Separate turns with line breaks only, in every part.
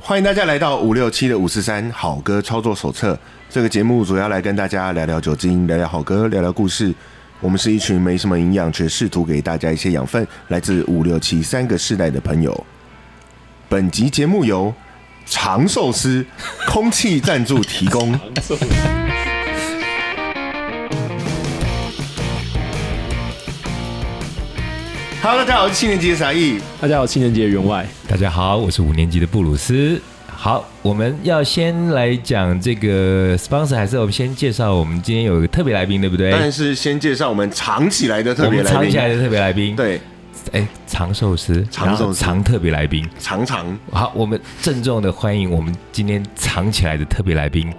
欢迎大家来到五六七的五四三好歌操作手册。这个节目主要来跟大家聊聊酒精，聊聊好歌，聊聊故事。我们是一群没什么营养，却试图给大家一些养分，来自五六七三个世代的朋友。本集节目由长寿司空气赞助提供。Hello，大家好，我是七年级的傻义。
大家好，七年级的员外，
大家好，我是五年级的布鲁斯。好，我们要先来讲这个 sponsor，还是我们先介绍我们今天有一个特别来宾，对不对？
当然是先介绍我们藏起来的特
哎我
别
们
来宾，
藏起来的特别来宾，，
对，
哎，长寿司，
长寿司
然后长特别来宾。
常常
好，我们郑重的欢迎我们今天藏起来的特别来宾，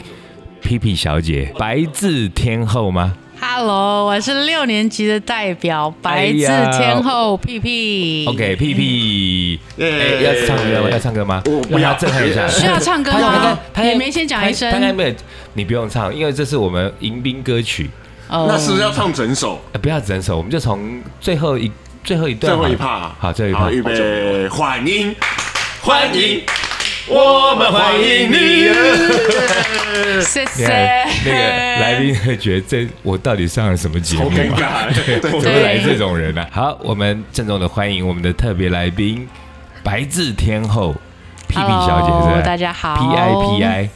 皮皮小姐，白字天后吗？
Hello，我是六年级的代表，白字天后屁屁。
OK，屁屁，
耶
哎要唱歌吗？要唱歌吗？
我不要
让他震撼一下，
需要唱歌吗
他应该他应该
你没先讲一声
他应该没有，你不用唱，因为这是我们迎宾歌曲，
哦
那是不是要唱整首？
呃不要整首，我们就从最后一最后一
最
段好
后
了，
一趴，
好，最后一
好，
趴，
预备，欢迎，欢迎，我们欢迎你。
谢
你
谢
看那个来宾会觉得这我到底上了什么节
好
目
尴
啊？
尬，对
怎么来这种人呢、好，我们郑重的欢迎我们的特别来宾，白字天后屁屁小姐，是
Hello，
吧
大家好
，P I P I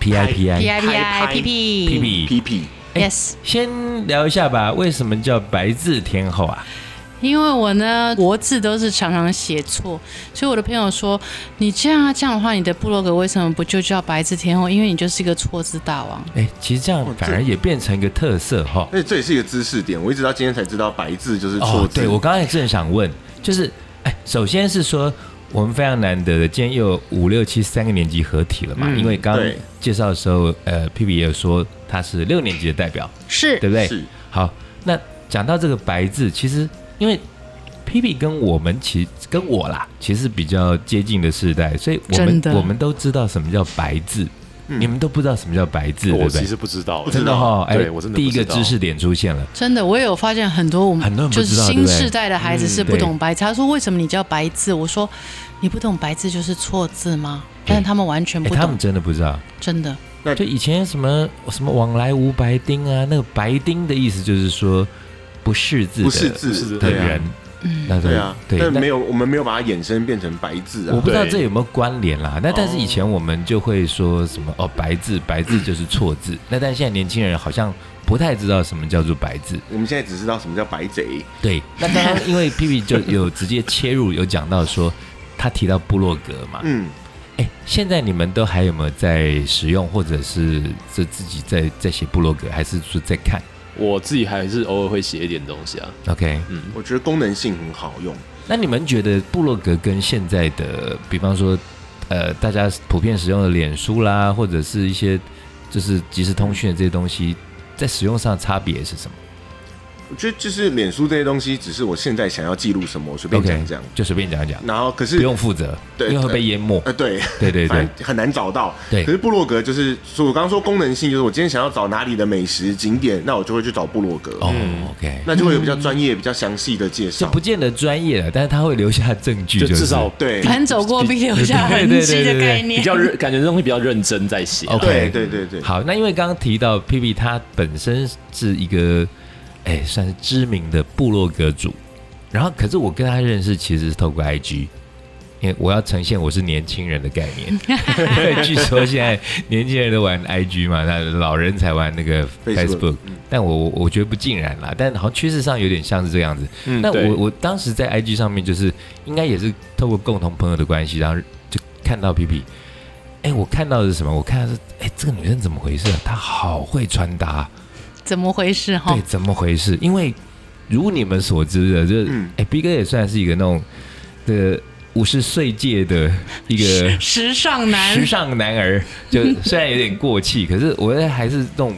P I P
P
I
I P
拍
I
拍
P P
P P
P P，
Yes，
先聊一下吧，为什么叫白字天后啊？
因为我呢国字都是常常写错，所以我的朋友说你这样啊这样的话，你的部落格为什么不就叫白字天后？因为你就是一个错字大王。
哎、其实这
哦
样反而也变成一个特色哈。
那哎这也是一个知识点，我一直到今天才知道白字就是错
哦，
字。
对我刚才正想问，就是哎、首先是说我们非常难得的，今天又有五六七三个年级合体了嘛，因为刚刚
嗯对
介绍的时候，呃，屁屁也有说他是六年级的代表，
是
对不对？
是
好，那讲到这个白字，其实因为。皮皮跟我们其跟我啦，其实比较接近的世代，所以我们
真的
我们都知道什么叫白字，
嗯
你们都不知道什么叫白字，对
我
不对
其？实不知道，
真的哈、哎，
对我真的
第一
不知
个
道
知识点出现了。
真的，我也有发现很多我们
很多人不
就是
知道
新世代的孩子是
对不
不
对
懂白字。他说为什么你叫白字？我说你不懂白字就是错字吗？但是他们完全
哎、
不
他们
懂，
真的不知道，
真的。
就以前什么什么往来无白丁啊，那个白丁的意思就是说不识字的
不是字，
是
的
对啊
人，，
嗯
那
对啊，
对，
但
那
没有，我们没有把它衍生变成白字
我
啊。
不知道
对
这有没有关联啦。那但是以前我们就会说什么哦，白字白字就是错字。那但现在年轻人好像不太知道什么叫做白字。
我们现在只知道什么叫白贼，
对，那刚刚因为 P P 就有直接切入，有讲到说他提到部落格嘛，
嗯，
哎，现在你们都还有没有在使用，或者是这自己在在写部落格，还是说在看
我自己还是偶尔会写一点东西啊。
？OK，
我觉得功能性很好用。
那你们觉得部落格跟现在的，比方说，呃，大家普遍使用的脸书啦，或者是一些就是即时通讯的这些东西，在使用上差别是什么
我觉得就是脸书这些东西，只是我现在想要记录什么，我随便讲讲。
就随便讲一讲，
然后可是
不用负责，
对
因为会被淹没。
呃，对
对对
反
对，
正很难找到。
对
可是部落格就是，所以我刚刚说功能性，就是我今天想要找哪里的美食景点，那我就会去找部落格，
哦，OK，
嗯那就会有比较专业、比较详细的介
这
绍
不。见得专业了，但是他会留下证据，
就
就是
至少
对
哎
盘走过必留下痕迹的概念。
比较认，感觉东西比较认真在写啊。
OK
对对对对，
好，那因为刚刚提到 P P，他本身是一个，哎，算是知名的部落格主。然后，可是我跟他认识其实是透过 I G，因为我要呈现我是年轻人的概念。因为 据说现在年轻人都玩 I G 嘛，那老人才玩那个
Facebook 嗯
Facebook。但我我我觉得不尽然啦，但好像趋势上有点像是这样子。
嗯
那
对
我我当时在 IG 上面就是应该也是透过共同朋友的关系，然后就看到 P P，哎，我看到的是什么？我看到是哎，这个女生怎么回事、啊？她好会穿搭啊，
怎么回事哈
哦
对，？怎么回事？因为如你们所知的，就是
嗯
哎，B 哥也算是一个那种的五十岁界的一个
时尚男
时，尚男儿，就虽然有点过 气，可是我觉得还是那种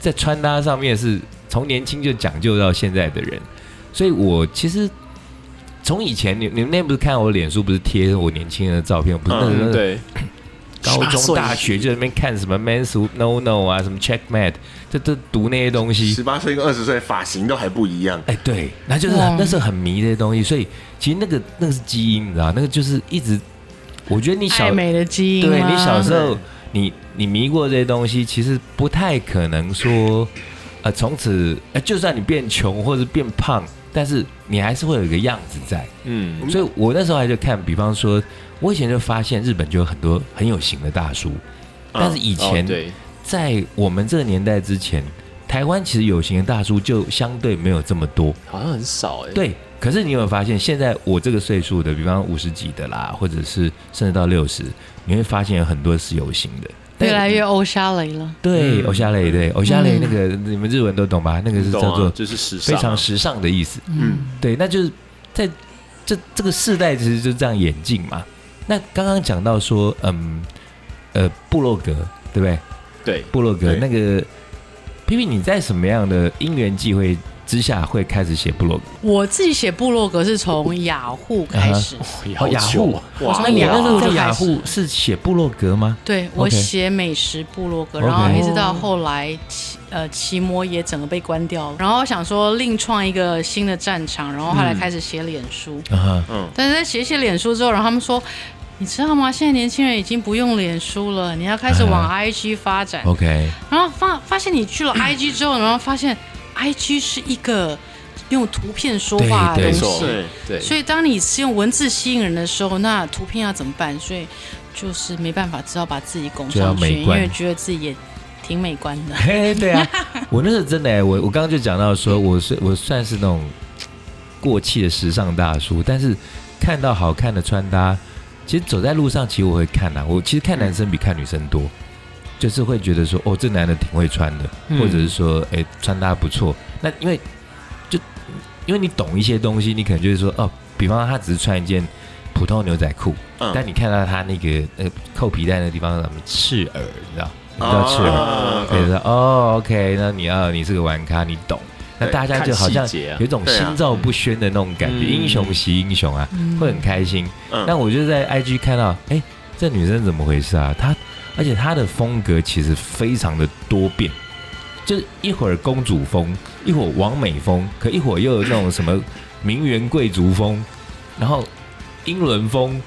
在穿搭上面是从年轻就讲究到现在的人，所以我其实从以前你你们那不是看我脸书不是贴我年轻人的照片，不是那
嗯
个、那个
对，
高
18
中
岁
大学就在那边看什么 Men's No No 啊，什么 Checkmate，这这读那些东西
十，八岁跟二十岁发型都还不一样。
哎，对，那就是
哇
那时候很迷这些东西，所以其实那个那个是基因，你知道，那个就是一直我觉得你小
爱美的基因啊
对
啊
吗
你小时候，你你迷过这些东西，其实不太可能说，呃，从此，呃，就算你变穷或者变胖，但是你还是会有一个样子在。
嗯，
所以我那时候还就看，比方说，我以前就发现日本就有很多很有型的大叔，但是以前
哦对，
在我们这个年代之前，台湾其实有型的大叔就相对没有这么多。
好像很少哎。，
对，可是你有没有发现，现在我这个岁数的，比方五十几的啦，或者是甚至到六十，你会发现有很多是有型的，但
越来越欧沙雷了。
对
嗯
偶像类，对偶像类那个、你们日文都懂吧？那个是
懂
叫
啊
做，
就是时
非
尚啊，
常时尚的意思。
嗯，
对，那就是在这这个世代其实就这样演进嘛。那刚刚讲到说，嗯，呃，部落格对不对？
对，
部落格
对
那个 P P，你在什么样的因缘际会之下会开始写部落格？
我自己写部落格是从雅虎开始，
哦雅
久
虎
啊
我从
哇，
那你那时候
就
在
开
雅
始
虎是写部落格吗？
对我
OK
写美食部落格，
OK
然后一直到后来奇呃奇摩也整个被关掉了，然后想说另创一个新的战场，然后后来开始写脸书，
啊哈，
嗯，
但是在写写脸书之后，然后他们说。你知道吗？现在年轻人已经不用脸书了，你要开始 往 IG 发展。
，OK，
然后发发现 你去了 IG 之后，然后发现 IG 是一个用图片说话的
对
没
东
错，
西，
对对，
所以当你是用文字吸引人的时候，那图片要怎么办？所以就是没办法，只好把自己拱
就要
上去，
美
因
观
为觉得自己也挺美观的。
嘿，对啊，我那时候真的、欸，我我刚刚就讲到说，我是我算是那种过气的时尚大叔，但是看到好看的穿搭，其实走在路上，其实我会看啊，我其实看男生比看女生多，就是会觉得说，哦，这男的挺会穿的，
嗯
或者是说，哎、穿搭不错。那因为就因为你懂一些东西，你可能就是说，哦，比方说他只是穿一件普通的牛仔裤，
嗯
但你看到他那个呃扣皮带那个地方，什么刺耳，你知道？
哦
你知道刺耳吗？
啊
对，说哦，OK，那你要你是个玩咖，你懂。那
对
大家就好
看
像
细节啊
有一种
对啊
心照不宣的那种感觉，
嗯
英雄惜英雄啊，
嗯
会很开心。那我就在 IG 看到，哎，这女生怎么回事啊？她，而且她的风格其实非常的多变，就是一会儿公主风，一会儿王美风，可一会儿又有那种什么名媛贵族风，然后英伦风。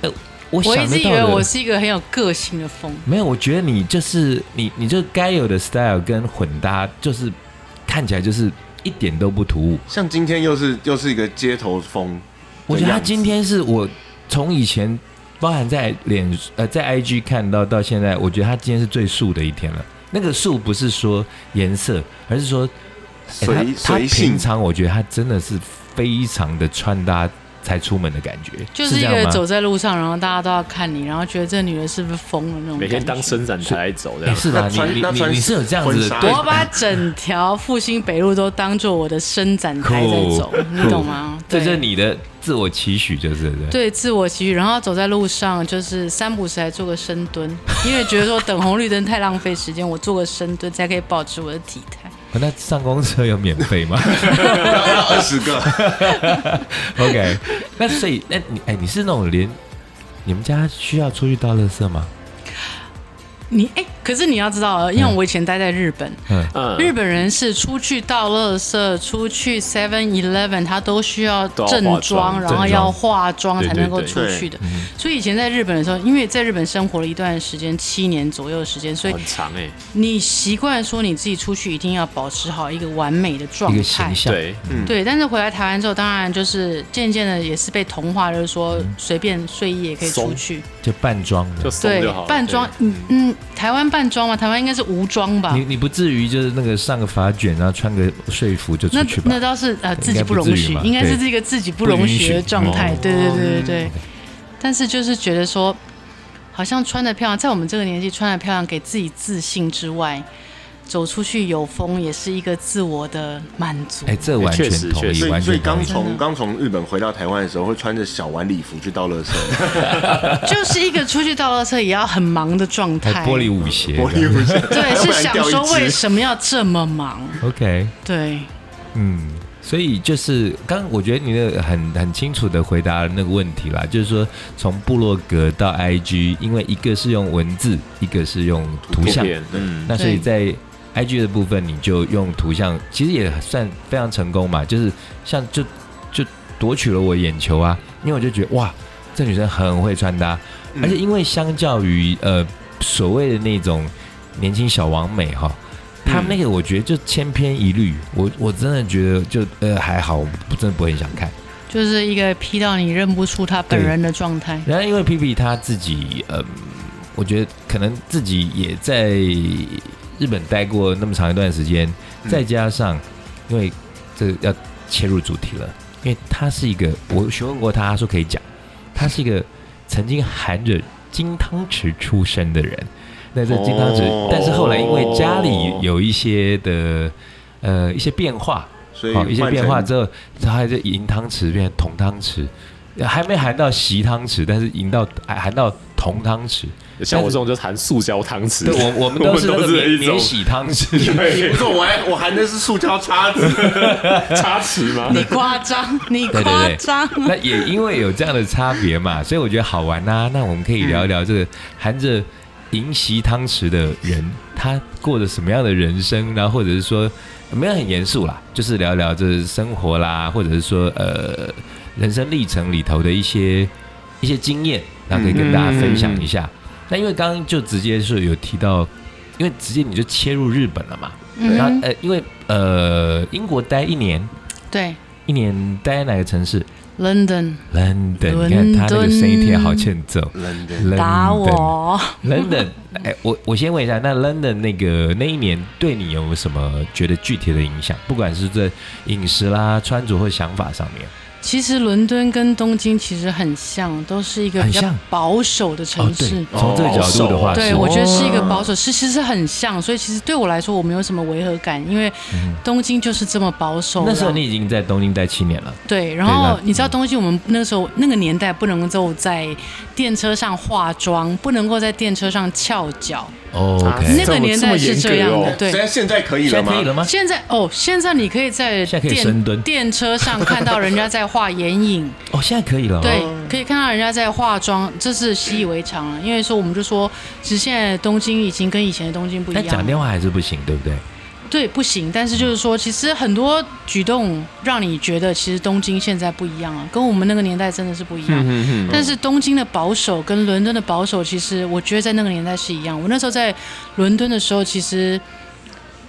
哎，我
我
想
一
得
直以
到
为
的
我是一个很有个性的风，
没有，我觉得你就是你，你就该有的 style 跟混搭，就是看起来就是一点都不突兀。
像今天又是又是一个街头风，
我觉得他
样子
今天是我从以前包含在脸呃在 IG 看到到现在，我觉得他今天是最素的一天了。那个素不是说颜色，而是说哎
随
他他
随性
平，常我觉得他真的是非常的穿搭才出门的感觉，
就是一
这
个
样吗？
走在路上，然后大家都要看你，然后觉得这女的是不是疯了那种
每
感觉。
天当伸展台来走这
哎
样，
是吧？
那
你
穿
你
那
你
穿
你是有这样子
婚
的
纱啊
对
我把整条复兴北路都当做我的伸展台在走，
Cool
你懂吗？
这
对
就是你的自我期许，就是对。
对自我给予，然后走在路上就是三不时还做个深蹲，因为觉得说等红绿灯太浪费时间，我做个深蹲才可以保持我的体态。
哦那上公车有免费吗？
二十个，
OK，那所以，那你哎，你是那种连你们家需要出去倒垃圾吗？
你哎，可是你要知道，因为我以前待在日本，
嗯，
嗯，
日本人是出去倒垃圾、出去 Seven Eleven，他都需要
都要
正
化
装，
妆
然后要化妆
对
才
对
能够
对嗯
出去的。所以以前在日本的时候，因为在日本生活了一段时间，七年左右的时间，所以
很长哎，
你习惯说你自己出去一定要保持好一个完美的状
一个
态
形。象，
对，
对，但是回来台湾之后，当然就是渐渐的也是被同化，就是说随便睡衣也可以出
松
去。
就扮装
就
的。
松
对
就好，了，
扮装，嗯嗯，台湾扮装嘛，台湾应该是无装吧
你？你不至于就是那个上个发卷，然后穿个睡服就
那
出去吧
那？倒是呃自己
该
不
不
容
至于
许
吧，
应该是
对
这个自己不
不
容
允
许的
许
状
哦嗯
态。对对对对对。但是就是觉得说，好像穿的漂亮，在我们这个年纪穿的漂亮，给自己自信之外，走出去有风也是一个自我的满足。
哎，这完全
确实
同
确
意，
实
所以
完
所以
全同
刚
意。
从刚从日本回到台湾的时候，会穿着小晚礼服去倒垃圾，
就是一个出去倒垃圾也要很忙的状态
还。玻璃舞鞋
我礼服
对，
要不然
是想
掉一
说为
只
什么要这么忙？
，OK，
对，
嗯，所以就是刚我觉得你的很很清楚的回答了那个问题啦，就是说从部落格到 IG，因为一个是用文字，一个是用图像，
片，嗯，
那所以在 IG 的部分，你就用图像，其实也算非常成功嘛，就是像就就夺取了我眼球啊，因为我就觉得哇，这女生很会穿搭，
嗯
而且因为相较于呃所谓的那种年轻小王美哈，他们那个我觉得就千篇一律，我我真的觉得就呃还好，我不真的不会很想看。
就是一个 P 到你认不出他本人的状态。
然后因为 P P 她自己呃，我觉得可能自己也在日本待过那么长一段时间，
嗯
再加上因为这要切入主题了，因为她是一个我询问过她，她说可以讲，她是一个曾经含着金汤匙出生的人。那这金汤匙，
哦
但是后来因为家里有一些的呃一些变化，
所以
好一些
换成
变化之后，它就银汤匙变成铜汤匙，还没含到席汤匙，但是赢到含含到铜汤匙。
像我这种就含塑胶汤匙
对，，我 我们都是那
我
个
们都是
免
一种
免洗汤 匙。
对
不是我还我含的是塑胶叉子，
插匙吗？
你夸张，你
对
夸
对
张。
对，那也因为有这样的差别嘛，所以我觉得好玩呐、那我们可以聊一聊这个含着银席汤匙的人，他过着什么样的人生，然后或者是说没有很严肃啦，就是聊一聊这生活啦，或者是说呃人生历程里头的一些一些经验，然后可以跟大家分享一下。那因为刚刚就直接是有提到，因为直接你就切入日本了嘛，
嗯
然后
哼，
呃，因为呃英国待一年，
对
一年待在哪个城市？
，London
London，
伦
你看他那个声音听起来
敦
好欠揍。
冷的
London,
打我。
London，哎，我我先问一下，那 London 那个那一年对你有什么觉得具体的影响？不管是在饮食啦、穿着或想法上面，
其实伦敦跟东京其实很像，都是一个比
很
较
像
保守的城市。
对，从这个角度的话
保
是，
哦对，我觉得是一个保守，是其实很像，所以其实对我来说我没有什么违和感，因为
嗯
东京就是这么保守啦。
那时候你已经在东京待七年了，
对，然
对
后
那
你知道东京我们那个时候那个年代不能够在电车上化妆，不能够在电车上翘脚，
哦 OK，
哎
那个年代是这样
这么
哦
的。
严
现
格
对，
在现在可以了
啊现在
吗？
可以了吗？
现在哦，现在你可以在
啊现在可以深蹲
电电车上看到人家在画眼影，
哦，现在可以了，
对，可以看到人家在化妆，这是习以为常了。因为说我们就说，其实现在的东京已经跟以前的东京不一
但讲
样了。
电话还是不行，对不对？
对，不行。但是就是说，其实很多举动让你觉得，其实东京现在不一样了，跟我们那个年代真的是不一样。
嗯嗯
但是东京的保守跟伦敦的保守，其实我觉得在那个年代是一样。我那时候在伦敦的时候，其实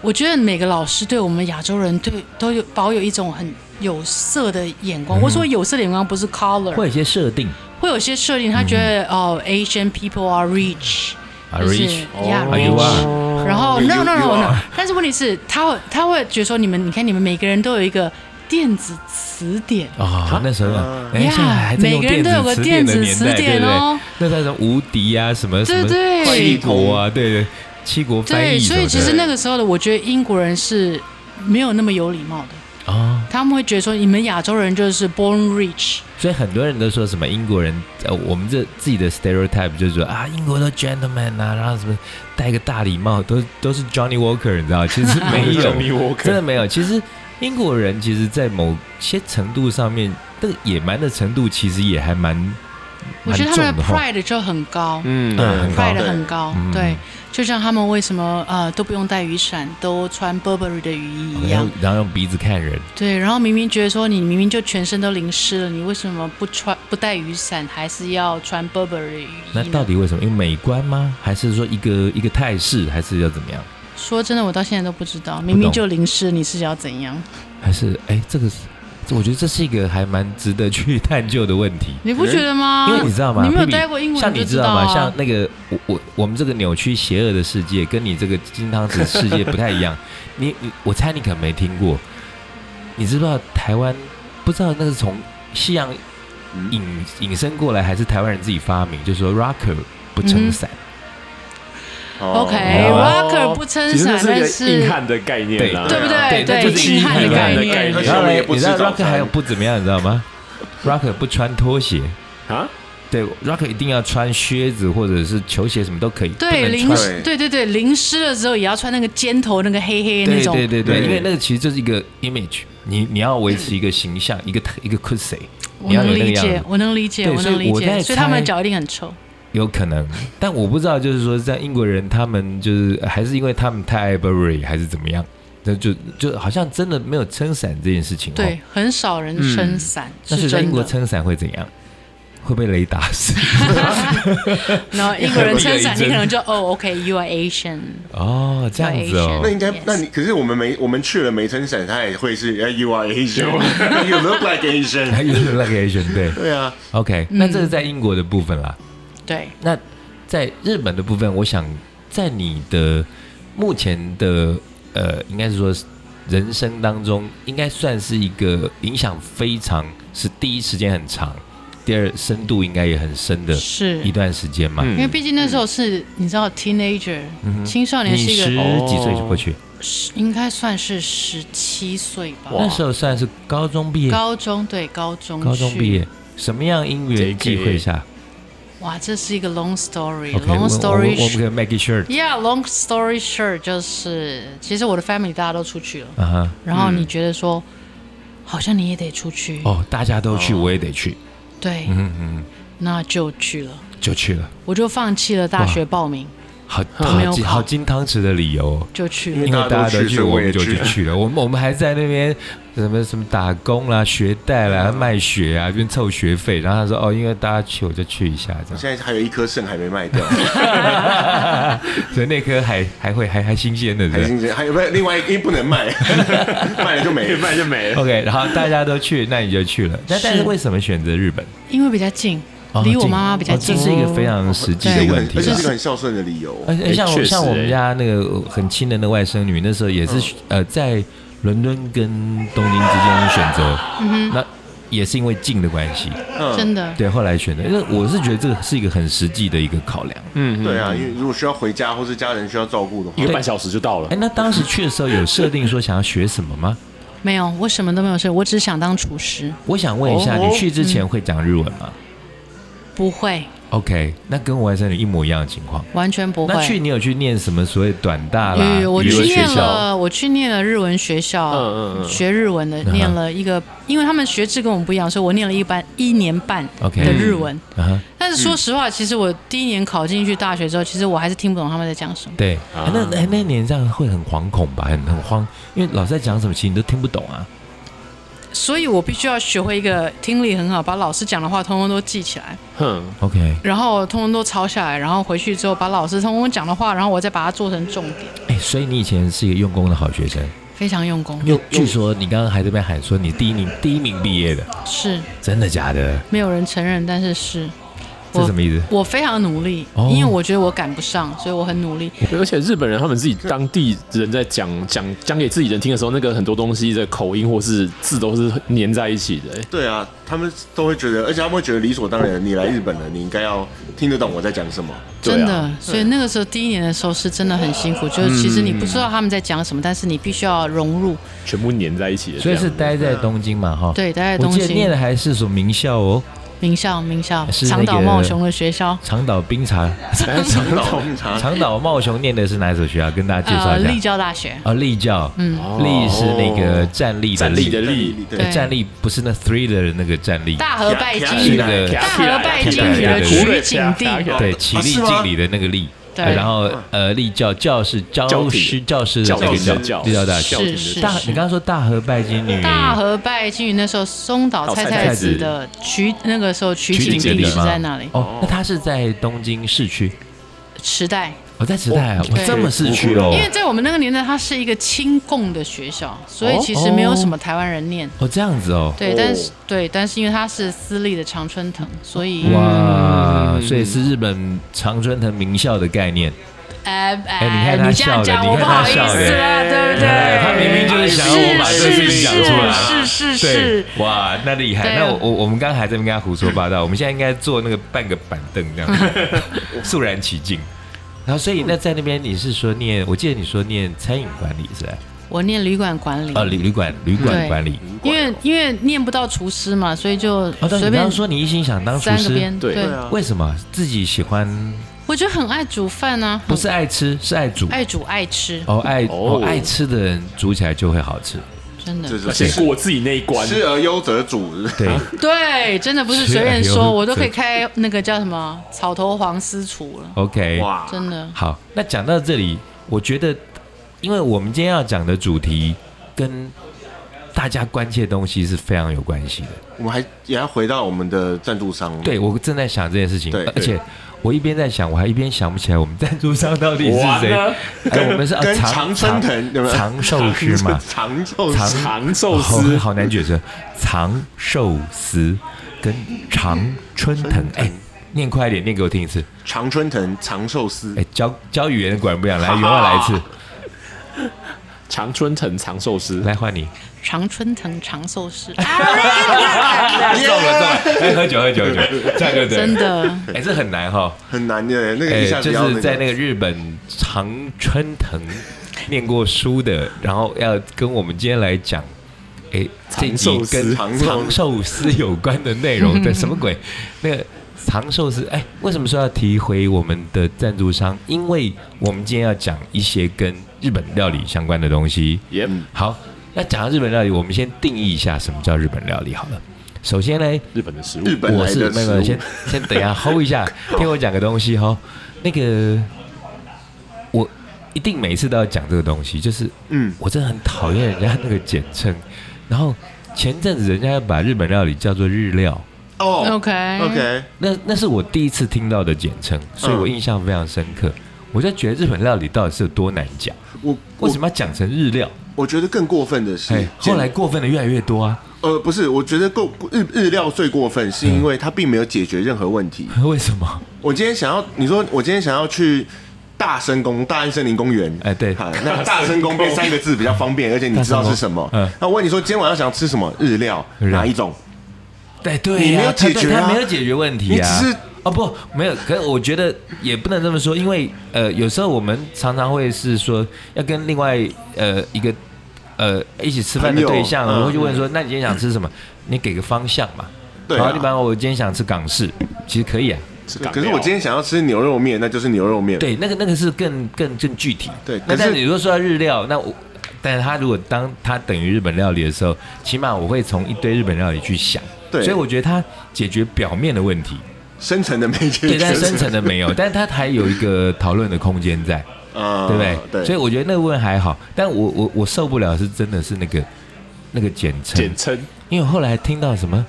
我觉得每个老师对我们亚洲人对都有保有一种很有色的眼光。我说有色的眼光不是 color，
嗯会有一嗯些设定
会有些设定，他觉得、哦，Asian people are rich，
啊
就是
reach
yeah
啊 you
rich。
are，
然后
You-
no no
you- you
no no，
are
但是问题是，他会他会觉得说你们，你看你们每个人都有一个电子词典。
哦，那时候
啊，
哎，现在还在用
每个
电
人都有
子
个
词典
电
的
子
年
词
代，对
典
不对？
哦。
那那种无敌啊，什么什
对
么
对
七国啊，对对，七国翻
对，
译什
所
么
以
的，
其实那个时候的，我觉得英国人是没有那么有礼貌的，
哦，
他们会觉得说你们亚洲人就是 born rich，
所以很多人都说什么英国人，呃，我们这自己的 stereotype 就是说啊，英国都 gentleman 啊，然后什么戴个大礼帽，都都是 Johnny Walker，你知道？其 实没有，
你我
真的没有。其实英国人其实，在某些程度上面，那个野蛮的程度其实也还蛮，
我
蛮
觉得
重
他们的
的哈。
pride 就很高。
嗯
嗯很高
pride 很高
嗯，
对，就像他们为什么呃都不用带雨伞，都穿 Burberry 的雨衣一
然
样
后，然后用鼻子看人，
对。然后明明觉得说你明明就全身都淋湿了，你为什么不穿不带雨伞，还是要穿 Burberry 雨衣
那
呢？
到底为什么？因为美观吗？还是说一个一个态势，还是要怎么样？
说真的，我到现在都不知道，明明就淋湿，你是要怎样？
还是哎，这个是，这我觉得这是一个还蛮值得去探究的问题。
你不觉得吗？
因为你知道吗？
啊你没有
Phoebe，
待过英国，
像你
就
知
道
道吗？
啊
像那个我我我们这个扭曲邪恶的世界，跟你这个金汤匙世界不太 一样。你你我猜你可能没听过，你知不知道台湾不知道那是从西洋引引申过来，还是台湾人自己发明？就是说 rocker 不
嗯
撑伞，
OK，
哦
rocker 不撑
其实那
伞，但
是一个硬
是
汉的概念啊，
对不
对
对？对，
这是
硬汉
硬
的
汉
概
的
念
概。念
然
而且
后
我
嘞
也，不
你知道
吃早
rocker
餐
还有不怎么样，你知道吗？rocker 不穿拖鞋，
啊？
对 rocker 一定要穿靴子或者是球鞋什么都可以，不
对，
能
淋
穿
湿，对对对，淋湿了之后也要穿那个尖头那个黑黑的
对
那种。
对对对，
对
因为那个其实就是一个 image，你你要维持一个形象，一个一个 c o u s
我
你要有那
能
个
理
样
解
子，，
我能理解，
对
我
所以
能理
我在
解。所以他们
猜
的脚一定很臭。
有可能。但我不知道，就是说在英国人他们就是还是因为他们太爱 Burberry 还是怎么样，那就就好像真的没有撑伞这件事情、哦。
对，很少人撑伞，
那所以
是
在英
真
国
的。
撑伞会怎样？会被雷打死
然后英国人
一个
撑
一
伞，你
针
可能就哦，OK，you are Asian，
哦，这样子哦
那，应该
Yes
那你可是我们没我们去了没撑伞，他也会是哎 you are Asian，you look like Asian。
还有那个 Asian 对
对啊，
，OK，那这是在英国的部分啦。
对，
那在日本的部分，我想在你的目前的呃，应该是说人生当中，应该算是一个影响非常是第一时间很长，第二深度应该也很深的
是
一，段时间嘛。
嗯
因为毕竟那时候是你知道 teenager，
嗯哼
青少
你
年是一
十
个
几岁就过去，
十应该算是十七岁吧，
哇
那时候算是高中毕业，
高中对高中
高中
去
毕业，什么样因缘际会下
哇，这是一个 long story。
？OK，我们
long
我们我
story
们
short。
可以 make it sure
Yeah，long story short，就是其实我的 family 大家都出去了，
啊哈。
然后你觉得说，好像你也得出去，
哦，大家都去，我也得去，
对，
嗯嗯，
那就去了，
就去了，
我就放弃了大学报名，
好
嗯没有
好金
考
好金汤匙的理由哦。
就去
因
了
为。
因为大家都去，
所以
我
我
们
也
就
去
去去了。我们我们还在那边什么什么打工啦、学贷
嗯
啦、卖血啊，这边凑学费。然后他说：“哦，因为大家去，我就去一下。”这
我
样，
现在还有一颗肾还没卖掉，
所以那颗还还会还还新鲜的，
还
对不对。
是还有不是另外一个因为不能卖，卖了就没
越
了。
卖就没了。
OK，然后大家都去，那你就去了。那
是
但是为什么选择日本？
因为比较近
哦，
离我
近
妈妈比较
哦
近
这。是一个非常实际
是
的
一个
问
很
题
而且
啦
是一。个很孝顺的理由。
而
哎
且哎像
确
我
实
像我们
欸
家那个很亲的那外甥女，那时候也
嗯
是呃在伦敦跟东京之间选择，
嗯
那也是因为近的关系。
嗯，
真的，
对，后来选的，因为我是觉得这个是一个很实际的一个考量。
嗯，
对啊，因为如果需要回家或是家人需要照顾的话
一，个半小时就到了
哎，。那当时去的时候有设定说想要学什么吗？
没有，我什么都没有事，我只是想当厨师，
我想问一下，
哦
你去之
嗯
前会讲日文吗
不会，
？OK，那跟我外甥女一模一样的情况。
完全不
那去
会。
你有去念什么所谓短大啦
有有，我
语
去
文学
念
校？
了，我去念了日文学校，
嗯嗯嗯
学日文的，念了一个，因为他们学制跟我们不一样，所以我念了一班一年半
OK
的日文。
啊哈，
但是说实话，其实我第一年考进去大学之后，其实我还是听不懂他们在讲什么。
对，
啊
哎那哎那年这样会很惶恐吧，很很慌，因为老师在讲什么，其实你都听不懂啊。
所以我必须要学会一个听力很好，把老师讲的话通通都记起来，
哼，
OK，
然后通通都抄下来，然后回去之后把老师通通讲的话，然后我再把它做成重点，
哎，所以你以前是一个用功的好学生。
非常用功。
又据说你刚刚还在那边喊说你第一名第一名毕业的，
是
真的假的？
没有人承认，但是是
这什么意思？
我非常努力，
哦啊
因为我觉得我赶不上，所以我很努力。
而且日本人他们自己当地人在讲讲讲给自己人听的时候，那个很多东西的口音或是字都是粘在一起的。哎
对啊，他们都会觉得，而且他们会觉得理所当然，你来日本了，你应该要听得懂我在讲什么。
对
真
啊
的，所以那个时候第一年的时候是真的很辛苦，就是
嗯
其实你不知道他们在讲什么，但是你必须要融入。
全部粘在一起的这
所以
样，
是待在东京嘛，哈。
对，待在
我
东
记得念
京
的还是所名校哦，
名校，名校
是那
长岛
个
茂雄的学校，
长岛冰茶，
待在
长岛红茶，
长岛茂雄念的是哪一所学校？跟大家介绍
呃，立
一下。
教大学，
哦，立教，嗯，立是那个站立的
站立的
力
立，
对
呃站立不是那 three 的那个站立，
大和拜
啪啪
金
起
鱼
来
那个
啪
大河拜金
对
鱼
对
的
对
取景地，
对，起立敬礼的那个立。
对
呃然后呃，立教教是教
教
师
体
教师的
教
那个
廷
教
的教
立教大学。
教廷的
是
大，你刚刚说大和拜金女，
大和拜金鱼那时候松岛菜菜子的取那个时候取景
取景
地
地
是
吗
在那里，
哦，那他是在东京市区，
池袋。
我在池袋啊，
对
这么市区哦
因，为在我们那个年代，它是一个亲共的学校，所以其实没有什么台湾人念。
哦这样子哦，
对，
哦
但是对，但是因为它是私立的常春藤，所以
哇，所以是日本常春藤名校的概念。
哎
哎你看他
你这
笑
样讲
的
我
你
不
看他
好意
笑的
思了，对不对？
他明明就是想要我把这个事情讲出来
是是是是，
哇，那厉害！
对啊
那我我我们刚才还在那边跟他胡说八道，我们现在应该坐那个半个板凳这样 子，肃然起敬。然后，所以那在那边你是说念？我记得你说念餐饮管理是吧？
我念旅馆管理
呃，旅旅馆旅馆
嗯对
管理。
因为因为念不到厨师嘛，所以就
哦，对，
随
你刚
便
刚说你一心想当厨
三个
师
边，，
对
对
对
啊
为什么自己喜欢？
我觉得很爱煮饭啊，
不是爱吃，是爱煮。
爱煮爱吃，
哦，爱哦
哦
爱吃的人煮起来就会好吃。
真的
就
而
是
且过自己那一关，
吃而优则主，
对，
对，真的不是
吃
随便
哎呦
说，我都可以
这
开那个叫什么草头黄私厨了，
OK。
哇，
真的
好，那讲到这里，我觉得，因为我们今天要讲的主题跟大家关切的东西是非常有关系的。
我们还也要回到我们的赞助商，
对，我正在想这件事情
对，
而且我一边在想，我还一边想不起来我们赞助商到底是
完
谁
了。
哎，我们是啊
跟
长
长春藤有没有？
长寿司嘛
长寿
长
司
长寿
好
司
好难解释，长寿司跟长春藤，哎，念快一点，念给我听一次。
长春藤长寿司
哎，教教语言的管不了，来，原话来一次，
长春藤长寿司，
来换你。
常春藤长寿司，啊
中了中了，哎，喝酒喝酒喝酒，这样对不对？
真，的
哎，这很难哈。
很难的，那个
哎
一下，子
就
要
是在那
个
个日本常春藤念过书的，然后要跟我们今天来讲，哎，这一
长
集
寿司
跟
长寿
长寿司有关的内容，对，什么鬼？那个长寿司，哎，为什么说要提回我们的赞助商？因为我们今天要讲一些跟日本料理相关的东西。
耶、
好，要讲到日本料理，我们先定义一下什么叫日本料理好了。首先呢，
日本的食物
日本
我
来
是
的
没有没有
食
先
物，
先等 一下 hold 一下，听我讲个东西哈。那个我一定每次都要讲这个东西，就是
嗯，
我真的很讨厌人家那个简称。然后前阵子人家把日本料理叫做日料，
哦
，OK
，OK，
那那是我第一次听到的简称，所以我
嗯
印象非常深刻。我就觉得日本料理到底是有多难讲，
我
为什
我
么要讲成日料？
我觉得更过分的是
哎，，后来过分的越来越多啊，
呃不是，我觉得过日日料最过分
嗯
是因为它并没有解决任何问题。
为什么？
我今天想要，你说我今天想要去大森宫、大安森林公园，
哎对
好那大森宫变三个字比较方便，而且你知道是什么
大森宫嗯。
那我问你说，今天晚上想吃什么日料？
日料
哪一种？
对哎对、呀，
你没有解决啊
他他没有解决问题啊。
你只是
哦不，没有。可是我觉得也不能这么说，因为呃，有时候我们常常会是说要跟另外呃一个呃一起吃饭
朋
的
友
对象，
嗯啊
我们会去问说，那你今天想吃什么？你给个方向嘛。
对啊
好，你把我今天想吃港式，其实可以啊。
是港
可是
料
我今天想要吃牛肉面，那就是牛肉面。
对，那个那个是更更更具体。
对
那
可是
但你如果说到日料，那我，但是他如果当他等于日本料理的时候，起码我会从一堆日本料理去想。
对
所以我觉得他解决表面的问题，
深层的没解决。
对，但深层的 没有，但是它还有一个讨论的空间在，
啊，
对不对？
对，
所以我觉得那个问还好，但我我我受不了是真的是那个那个简称，
简称
因为我后来听到什么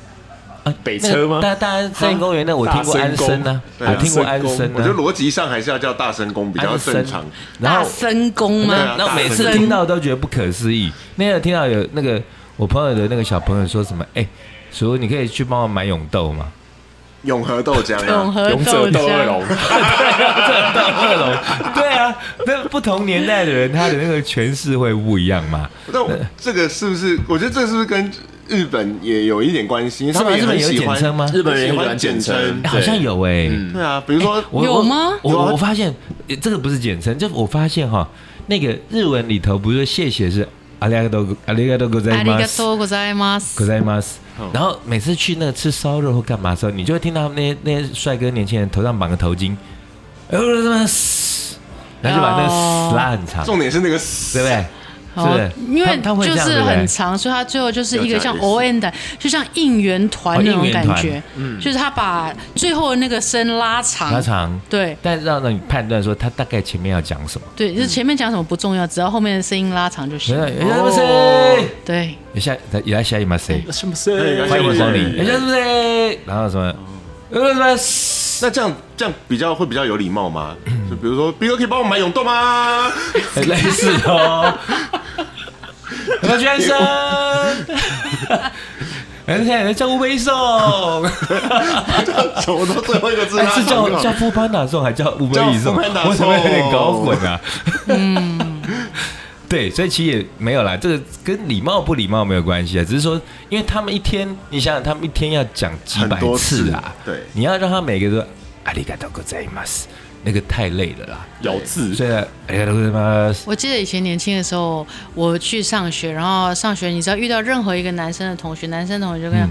啊
北车吗
那个大大安森林公园那我听过安森呢、
大森宫对
我嗯听过安
安
森
森
我觉得
呢、
逻辑上还是要叫大神宫比较
安
正
森
常。，
然
大
后
森宫
对啊
吗？
然后每次听到都觉得不可思议。那天有听到有那个我朋友的那个小朋友说什么，哎，叔你可以去帮我买永豆吗？
永和豆浆
永
啊，
和
勇
豆
者斗恶
浆
龙，
恶龙，对啊，那不同年代的人，他的那个诠释会不一样嘛。
那我这个是不是？我觉得这是不是跟日本也有一点关系？因为他们也
日本
很
有
喜
简
欢
称吗？
日本人也
喜
喜
欢
欢
简
简
称
称
哎，好像有哎、
嗯
对啊，比如说
我
有
我
吗
我
有啊
我发现呃这个不是简称，就我发现哈，那个日文里头不是谢谢是阿里嘎多阿里嘎多ござ
あ
い
り
ま
が
す。
とうございます
ご。ざいます。然后每次去那个吃烧肉或干嘛的时候，你就会听到他们那些那些帅哥年轻人头上绑个头巾，哎呦他妈死，然后就把那个
哦
死拉很长，对
重点是那个
不对？是不是？
因
他
为
他会这
就
样
是
对不对
很长，所以他最后就是一个像
有这样
O N 的，就像应援团那
哦
种
应援
感
团
觉，就是他把最后的那个声拉长，
拉长，
对
但让让你判断说他大概前面要讲什么。
对，就是前面讲什么不重要，只要后面的声音拉长就行。
有不是？
对，
有下有来下一马谁？
什么
对
事？
欢迎光
对
临。有呃下是不是？然后什么？有什么？
那这样这样比较会比较有礼貌吗？就比如说，斌哥可以帮我买永豆吗？
类似 哦。何先生，人家在叫乌龟送，
什么都最后一个字
还
拉
哎是
长
叫
就好
叫富潘达送，还哎叫乌龟
叫
送？
富潘达送
我怎么有点搞混啊？嗯 对，所以其实也没有啦，这个跟礼貌不礼貌没有关系啊，只是说，因为他们一天，你想想，他们一天要讲几百
很多
次啊，
次对
你要让他每个都阿里嘎多ございます，那个太累了啦。
咬字
所以阿里嘎多ございます，
我记得以前年轻的时候，我去上学，然后上学，你知道遇到任何一个男生的同学，男生同学就跟他
嗯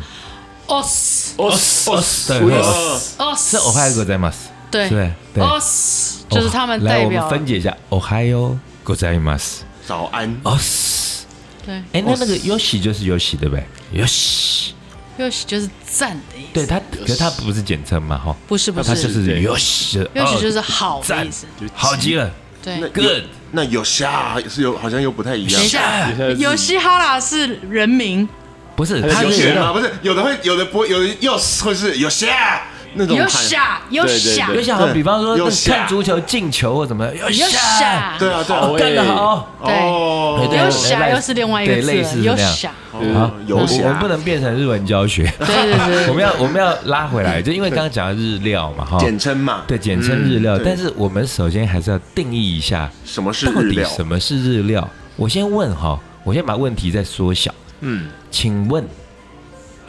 哦死
哦哦
对
哦
哦
哦死
是おはようございます。
对
对对
哦死就是他们代
来，我
表
们分解一下。おはようございます。
早安，
哦，s
对，
哎，那那个 Yoshi 就是 Yoshi 对不对？Yoshi，
又是就是赞的意思，
对它，可是它不是简称嘛，哈，
不是不，
它就是是
对
Yoshi，
又是就是是好的
赞
意思，
就，急
好极了，
对
那
Good
那有虾是有，好像又不太一样
等一。下，有嘻哈啦是人名，
不是
还
他
有
有
血
血
吗？
吗
不是，有的会，有的不会，有的又会是有虾那种
有
喊。
傻有
对对
傻
对
有想好，比方说
有
那
下
看足球进球或怎么，有
有
下
傻，
对啊，对啊
好，
干得好。
对
哦，
对
有
对
傻
类似
又是另外一个
对类似
字
是
了，有
那样
傻，
好
哦，有
我我
虾
们不能变成日文教学，
对对对
我
对，
们要我们要拉回来，就因为刚刚讲到日料嘛，哈，
简称嘛？
对简称日
嗯
料，
对
但是我们首先还是要定义一下，
什么是
到
日
底
料？
什么是日料？我先问哈，我先把问题再缩小，
嗯，
请问，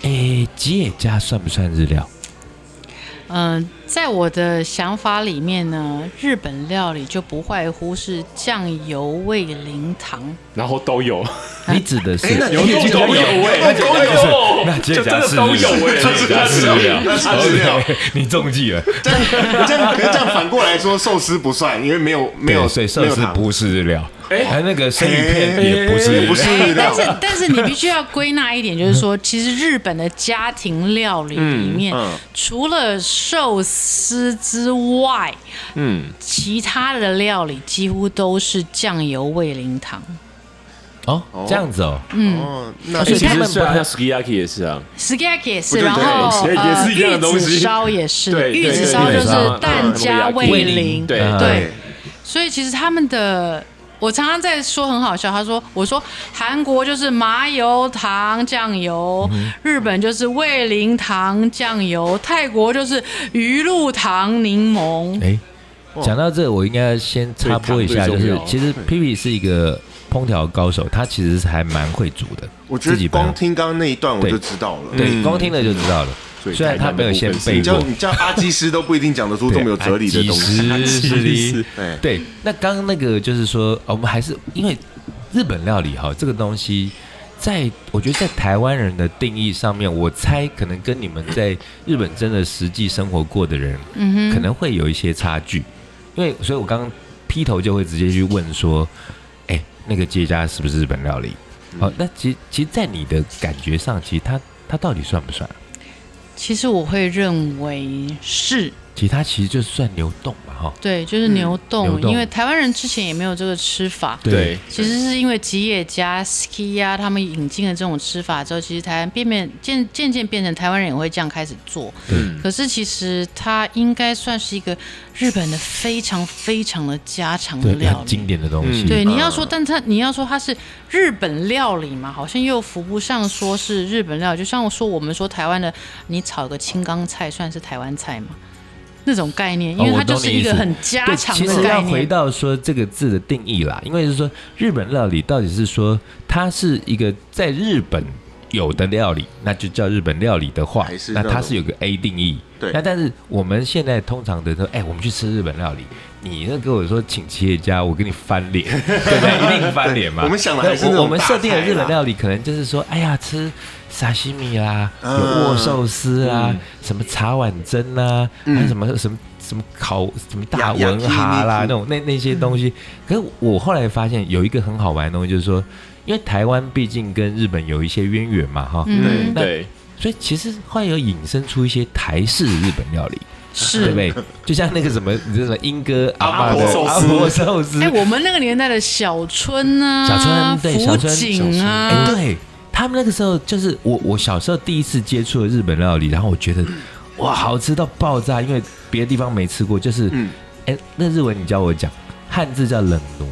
诶，吉野家算不算日料？
嗯，在我的想法里面呢，日本料理就不外乎是酱油味淋糖，
然后都有，
你指的是
哎，那
有
有
肉都有哎，
有肉都有，
有
那吉野
就真
家
的
是
都
日料
有哎，
那是日料，那是日 料。
OK，你中计了，
这样这样，可是这样反过来说，寿司不算，因为没有没有
对所以
没
寿
有
司
糖
不是日料，
哎
还有那个生鱼片
哎
也不是日料，
不是日料
但。是但是你必须要归纳一点，就是说，其实日本的家庭料理里面，
嗯嗯
除了寿司之外，
嗯，
其他的料理几乎都是酱油味淋糖。
哦，这样子哦，
哦，那
哎
所以
其
他
实
们
虽然
不太
像 sukiyaki 也是啊，
Sukiyaki 也是，
对
然后
对
呃，
也是一样的东
玉
西
子烧也是，
对
玉子
对
烧就
玉子烧
是蛋加味
味
淋
淋，
对
嗯
对，所以其实他们的。我常常在说很好笑，他说：“我说韩国就是麻油糖酱油，
嗯
日本就是味淋糖酱油，泰国就是鱼露糖柠檬。
哎，讲到这，我应该先插播一
对
下，就
糖最
是
重要
其实 P P 是一个烹调高手，他其实是还蛮会煮的，
我觉
自己
得
本
光
人
听刚刚那一段我
对
就知道了。
对，
嗯
光听了就知道了。
所以
虽然他没有先背
你叫
过，
你叫阿基师都不一定讲得出这么有哲理的东 西。哎
对啊
西
几十
几十
对
对，那刚刚那个就是说，哦我们还是因为日本料理哈这个东西，在我觉得在台湾人的定义上面，我猜可能跟你们在日本真的实际生活过的人，
嗯
可
哼，
能会有一些差距。因为，所以我刚刚劈头就会直接去问说，哎、那个街家是不是日本料理？
嗯
好、那其其实，在你的感觉上，其实它它到底算不算？
其实我会认为是
其实它其实就算牛冻嘛，哈。
对，就是牛冻，
牛冻
因为台湾人之前也没有这个吃法。
嗯对，
其实是因为吉野家、Ski 啊，他们引进了这种吃法之后，其实台湾变变渐渐渐变成台湾人也会这样开始做。
嗯，
可是其实它应该算是一个日本的非常非常的家常的
对，
嗯料
很
理
经。典的东西。
嗯
对，你要说，但它你要说它是日本料理嘛，好像又扶不上说是日本料理。就像我说我们说台湾的，你炒个青冈菜算是台湾菜吗？那种概念，因
哦
为
我
它就
懂
是
你
一
意
个
思
很家
对，
常
其
的
实
概
要回
念。
到说这个字的定义啦，因为是说日本料理到底是说它是一个在日本有的料理，那就叫日本料理的话
还是，
那
那
它
种
是有个 A 定义。
对
那但是我们现在通常的说，哎，我们去吃日本料理，你那跟我说请企业家，我跟你翻脸， 对不对？一定翻脸嘛。
对我们想的
那
还是那
我
种
我们
大
设定的
菜
日本
啦
料理，可能就是说，哎呀，吃沙西米啦，有
嗯
握寿司啦
嗯，
什么茶碗蒸啦，还有什么什么什么烤什么大文蛤
呀
啦
呀
那种那那些东西。可是我后来发现有一个很好玩的东西，就是说，因为台湾毕竟跟日本有一些渊源嘛，哈，
对
嗯，
对，
所以其实后来有引申出一些台式日本料理，对
是
不。对？就像那个什么，你知道什么英哥阿
阿
妈
婆
的
寿司
阿婆寿司
哎、，我们那个年代的小春啊，
小春对小
福
春
井
哎、
啊，
对他们那个时候，就是我我小时候第一次接触了日本料理，然后我觉得哇，好吃到爆炸，因为别的地方没吃过。就是，哎、
嗯
那日文你教我讲，汉字叫冷奴，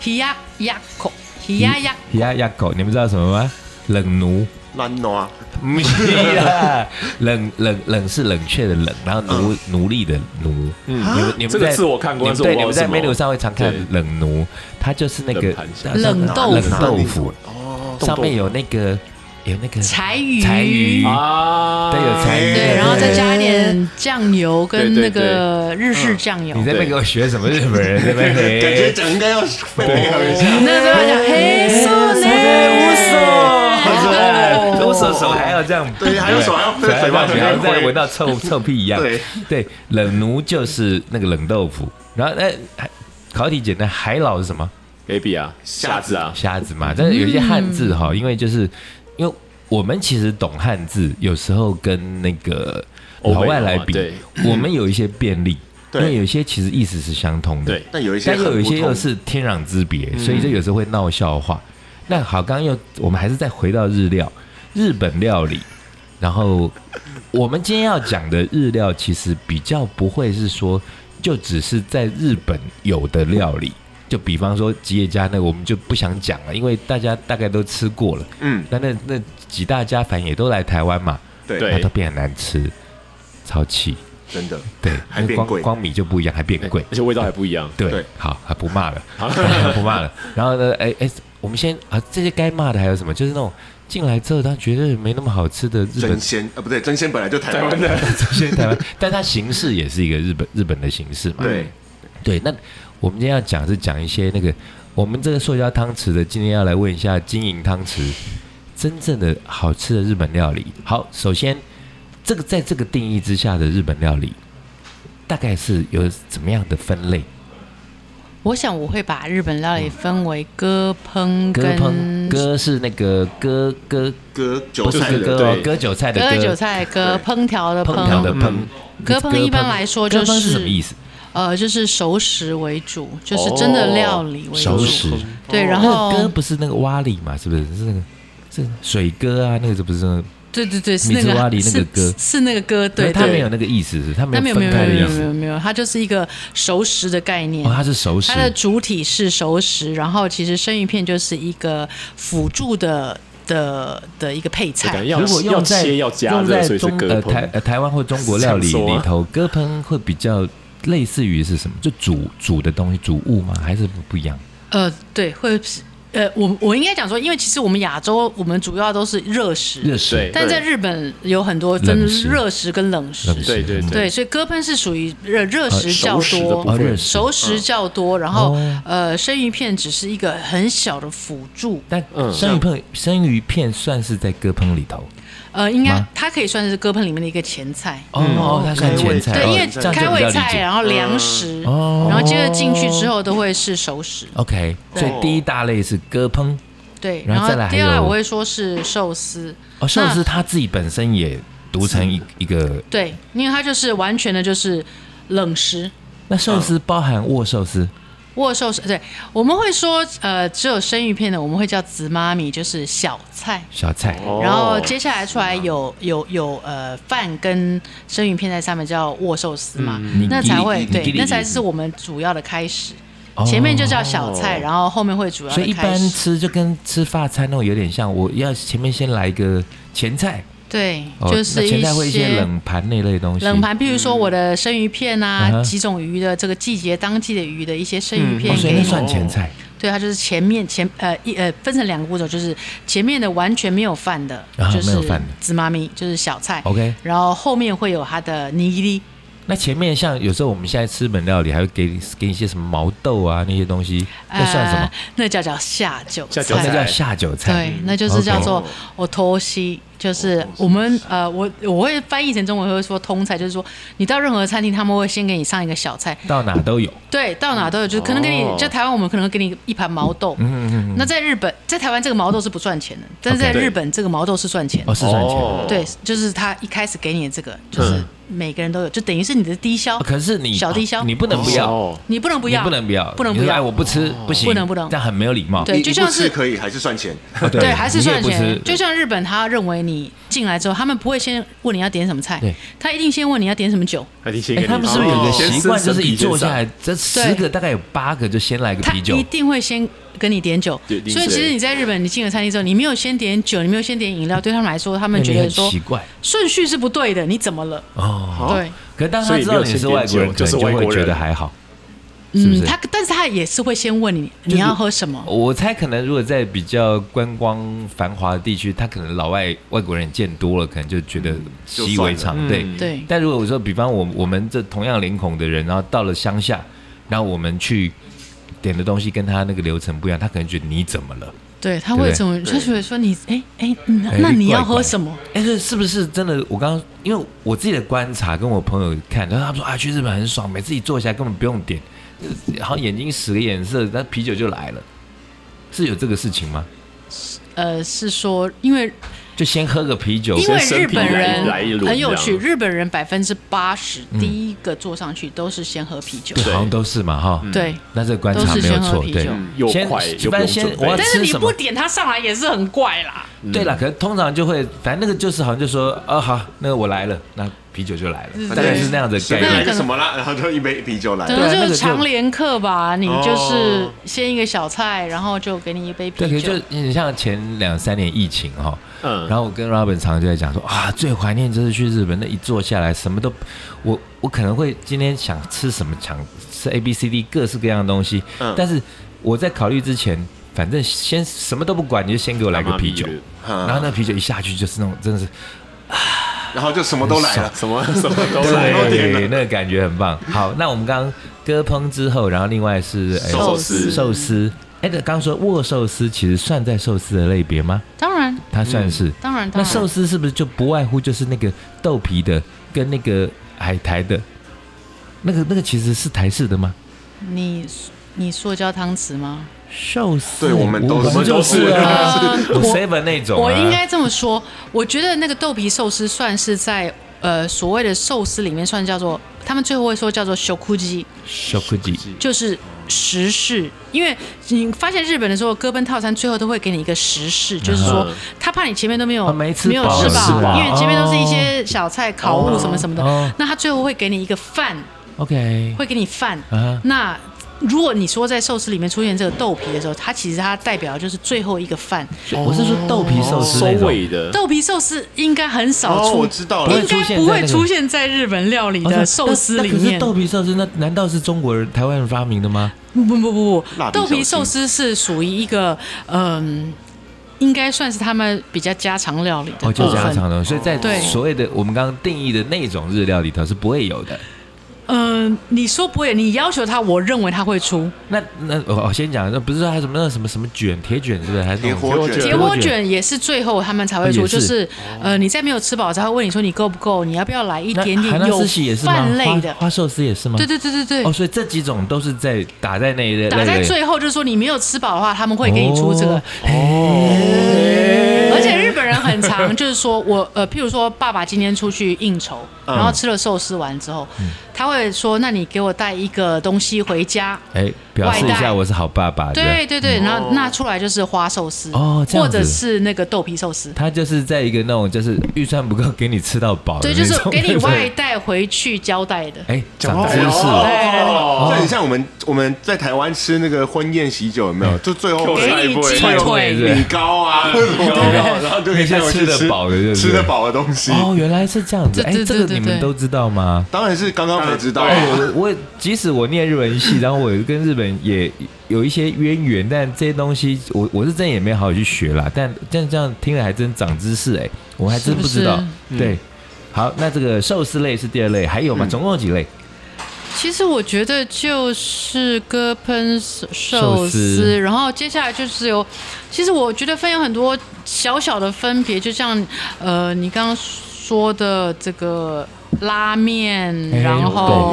皮呀呀
嗯
口，皮呀呀，
呀呀狗，你们知道什么吗？冷奴，
烂 暖
不是啦， 冷冷冷是冷却的冷，然后奴、奴隶的奴。
嗯
你们你们
这个
在
字我看过，
你
但
们
是我不
对你
知道是
们在
什么
menu 上会常看
对
冷奴，它就是那个
冷盘虾
冷豆腐
冷豆腐，
哦，
上面有那个有那个
柴鱼，
柴鱼
啊，
对，有柴鱼，
对，然后再加一点酱油跟那
对对
个日式酱油。
你在那边给我学什么日本人？在那边
感觉讲应该要配合一下。
那时候讲黑素呢，
哎无所，无所手还要这样，
对还有手还要在嘴巴
不
前面
要
挥
再闻到臭臭屁一样。
对
对，冷奴就是那个冷豆腐，然后那还考题简单，海老是什么？
baby 啊，下子啊，
瞎子嘛，但是有一些汉字哈，因为就是因为我们其实懂汉字，有时候跟那个老外来比
欧美的，
我们有一些便利。因
对
为有些其实意思是相通的，
对，
但有一些
但
很
又有一些
不同嗯
又是天壤之别，所以这有时候会闹笑话。那好，刚刚又我们还是再回到日料，日本料理。然后我们今天要讲的日料，其实比较不会是说就只是在日本有的料理，就比方说吉野家那个，我们就不想讲了，因为大家大概都吃过了。
嗯，
那那那几大家反正也都来台湾嘛，
对
对
那都变得难吃，超气。
真的
对，
还变
光
贵
光米就不一样，还变贵。
而且味道还不一样。
对，
对
好，啊不骂了， 不骂了。然后呢，哎哎，我们先啊，这些该骂的还有什么？就是那种进来之后，他觉得没那么好吃的日
真
本
鲜啊，不对，真鲜本来就台湾
台
的，
现在台湾，但它形式也是一个日本日本的形式嘛。
对，
对，那我们今天要讲是讲一些那个我们这个塑胶汤匙的，今天要来问一下金银汤匙真正的好吃的日本料理。好，首先这个在这个定义之下的日本料理，大概是有怎么样的分类？
我想我会把日本料理分为割烹
割烹
跟
割是那个割割
割韭
不是
菜
割
的，
割哦
对
割韭菜的
割
割
韭菜、割烹调的
烹调的烹
嗯。
割烹一般来说就
割烹是
是
什么意思？
呃，就是熟食为主，就是真的料理为主。
哦熟食。
对，然
那
后
个割不是那个蛙里嘛？是不是？是那个是水割啊？那个是不是那个？
对对对，是
米
那
兹
个
瓦里那个
是
割
是那个割，对，
他
对
没有那个意思，是他
它没
没
有
有
没有
分
没
开的
有没
意
有没
思。
有没有，它就是一个熟食的概念
哦，。它是熟食
它，的主体是熟食，然后其实生鱼片就是一个辅助的的的一个配
感觉
菜。
要
哎如果
要
用在
切要加
用
热，
在
所以是
中
割
呃
烹
台呃台湾或中 国料理
想说啊
里头，割烹会比较类似于是什么？就煮煮的东西，煮物吗？还是不不一样？
呃，对，会是呃，我我应该讲说，因为其实我们亚洲我们主要都是热食，
热食
对
但在日本有很多分
冷食
热食跟冷食。
冷食，
对对
嗯
对
对，所以割烹是属于热热食较
熟食的部
多，
哦，热
分，
食。
熟食较多，然后
哦
呃，生鱼片只是一个很小的辅助，
但
嗯
生鱼片生鱼片算是在割烹里头
呃，应该
吗
它可以算是割烹里面的一个前菜。
哦，它算前菜，
开胃
哦
对，因为
这样就
开
比较
胃
理
菜，啊
解
然后凉食，
哦
然后接着进去之后都会是熟食，
OK，所以第一大类是割烹，
对。
然
然
后
后
再来还
第二
有
我会说是寿司，
哦，寿司它自己本身也独成一一个。
对，因为它就是完全的就是冷食。
那寿司包含握寿司，
握寿司，对，我们会说，呃，只有生鱼片的，我们会叫紫妈咪，就是小菜。
小菜
哦
然后接下来出来有有有呃饭跟生鱼片在上面叫握寿司嘛，
嗯
那才会
尼基尼
对
基，里
那才是我们主要的开始。
哦
前面就叫小菜，然后后面会主要
所以
的
一般
开始。
吃就跟吃法餐那种有点像，我要前面先来一个前菜，
对，
哦，
就是
那前菜会一些
些
冷盘那类的东西，
冷盘，比如说我的生鱼片
嗯
啊，
哼
几种鱼的这个季节当季的鱼的一些生
哦，
鱼片
所以
给
那
你。
算前菜。
对，它就是前面前呃一呃分成两个步骤，就是前面的完全没有饭的
啊，
就是
没有饭的哦
芝麻咪，就是小菜。
OK，
然后后面会有它的尼利，
那前面像有时候我们现在吃日本料理，还会给你给你一些什么毛豆啊那些东西，那算什么
呃？？那叫叫下酒菜，
下酒
哦那
菜
叫下酒菜嗯
对。，那就是叫做我托西，就是我们呃，我我会翻译成中文会说通菜，就是说你到任何餐厅，他们会先给你上一个小菜，
到哪都有，
对，到哪都有，就可能给你
哦，
就台湾我们可能会给你一盘毛豆，
嗯嗯嗯，
那在日本，在台湾这个毛豆是不赚钱的，但是在
OK 对
日本这个毛豆是赚钱的
哦，是算前。
哦
对，就是他一开始给你的这个，就是
嗯
每个人都有，就等于是你的低消
啊，可是你
小低消
你不能不要，
哦
你不能不要，
你不能不要，
不能
你
不
说哎
要，
我不吃，不行，
不能不能
这样很没有礼貌。
对，
你
就
你
像
不吃
是
可以还是算钱，
哦
对，还是
你也
算
不
钱。
吃
就像日本，他认为你进来之后，他们不会先问你要点什么菜
对，
他一定先问你要点什么酒。
还挺先给
哎，
你。
他们是不是有一个
哦
习惯，就是一坐下，
先
来，这十个大概有八个就先来个
他
啤酒
一，定会先跟你点酒，所
对
以
一定是
其实你在日本，你进了餐厅之后，你没有先点酒，你没有先点饮料，对他们来说，他们觉
那
得
你很
说
奇怪
顺序是不对的，你怎么了？
哦。
哦
对，
可是当他知道你是外
所
国人，
以没有先点酒就
可
是
能
外
就
国人
会觉得还好。是不
嗯，
是哦
他但是他也是会先问你你要喝什么，
我猜可能如果在比较观光繁华的地区，他可能老外外国人见多了，可能就觉得习以为常，
嗯
对。
嗯
对。
但如果我说，比方我我们这同样脸孔的人，然后到了乡下，然后我们去点的东西跟他那个流程不一样，他可能觉得你怎么了？
对，他
对不
会
对
怎么？
对
他就会说你，哎哎，那
哎
那你要
怪怪
喝什么？
哎，这是不是真的？我刚刚因为我自己的观察，跟我朋友看，然后他们说啊，去日本很爽，每次一坐下来根本不用点，好像眼睛使个眼色，那啤酒就来了，是有这个事情吗？
呃，是说，因为
就先喝个啤酒，
因为
先
日
生
本
啤来
人
来一轮
很有
这
趣，
样嗯
日本人百分之八十第一第一个坐上去都是先喝啤酒，
对，好像都是嘛哈。
对。
那这个观察
都是
没有
先喝
错，
啤
对
酒。
嗯又
先
快又不
反正
用
先
准
我
备
要
嗯
但。是
吃
你
什
不
么？
点它上来也是很怪啦。
对了，可是通常就会，反正那个就是好像就说，哦好，那个我来了，那啤酒就来了，
对
大概是那样的概
随便来
念。
个什么啦，然后就一杯啤酒来
可
对啊
能
那
就
个
是
就
常连客吧，你
哦
就是先一个小菜，然后就给你一杯
对，可
啤
是
酒
就。你像前两三年疫情哈、
嗯，
然后我跟 Robin 常常就在讲说啊，最怀念就是去日本那一坐下来，什么都，我我可能会今天想吃什么，想吃 A B C D 各式各样的东西，
嗯
但是我在考虑之前，反正先什么都不管，你就先给我来个啤酒，然后
然
那啤酒一下去就是那种真的是
然后就什么都来了，
什么什么都来了，
对，那个感觉很棒。好，那我们刚刚割烹之后，然后另外是哎
寿司
寿司，哎，那刚刚说握寿司其实算在寿司的类别吗？
当然，
它算是。
当然，
那
当然。
寿司是不是就不外乎就是那个豆皮的跟那个海苔的？那个那个其实是台式的吗？
你你塑胶汤匙吗？
寿司，
对我们都
我
是
们就是啊，
呃
我 seven 那种啊，
我应该这么说，我觉得那个豆皮寿司算是在呃所谓的寿司里面算叫做，他们最后会说叫做 shokuji，
小科技
就是时事。因为你发现日本的时候，哥本套餐最后都会给你一个时事，就是说
嗯
他怕你前面都没有
啊没吃饱
有吃
吃
饱，
饱
因为前面都是一些小菜、烤物什么什么的，
哦
那他最后会给你一个饭，
，OK，
会给你饭。
啊，
那如果你说在寿司里面出现这个豆皮的时候，它其实它代表的就是最后一个饭。
我是说豆皮寿
哦
司
收
那种，
尾的，
豆皮寿司应该很少
哦，
出，
我知道
不
了
会
应，该不会出现在日本料理
哦
的寿司里
那那可是
面。
豆皮寿司那难道是中国人、台湾人发明的吗？
不不不不
蜡，笔
豆皮
小
寿
新
司是属于一个嗯、应该算是他们比较家常料理的
哦，
部
就家
分。
常的，所以在
对
所谓的我们刚刚定义的那种日料里头是不会有的。
嗯、你说不会，你要求他，我认为他会出
那那我我先讲，那不是说还有什么那什么什么卷铁卷是不是？还是那种
铁火卷
铁
铁
锅卷，也是最后他们才会
哦
出，
也
就是是呃，你在没有吃饱的时候，他会问你说你够不够，你要不要来一
那
点
海
点
南
有
寿司也是吗？
饭类
花
的。
花寿司也是吗？
对对对对对，
哦，所以这几种都是在打在那一类，
打在
类
最后就是说你没有吃饱的话，他们会给你出这个。
哦
而且日本人很常就是说我呃，譬如说爸爸今天出去应酬，
嗯
然后吃了寿司完之后，他会说：“那你给我带一个东西回家。
哎，表示一
外带
下我是好爸爸”的。
对对对，然后那出来就是花寿司，
嗯哦这样
或
子哦
者是那个豆皮寿司。
他就是在一个那种就是预算不够给你吃到饱的
对，
那
就
种，
是给你外带回去交代的。
哎长知识
哦
了，
这很像我们我们在台湾吃那个婚宴喜酒，有没有？就最后
给
给你鸡
菜不会
腿，
对
米糕啊，或者什么糕，然后就可以带回去
那些吃得饱的对不对
吃得饱的东西。
哦，原来是这样子，
对
哎，
对
这个
对
你
对
们
对
都知道吗？
当然是刚刚才知道
当，然
我我即使我念日文 系，然后我跟日本也有一些渊源，但这些东西我我是真的也没有好好去学啦。但但这样听了还真长知识哎、我还真不知道。
是嗯
对，好，那这个寿司类是第二类，还有吗？总共有几类？
其实我觉得就是割喷寿
寿司
司，然后接下来就是有，其实我觉得分有很多小小的分别，就像呃你刚刚说的这个拉面，
哎
然
懂
后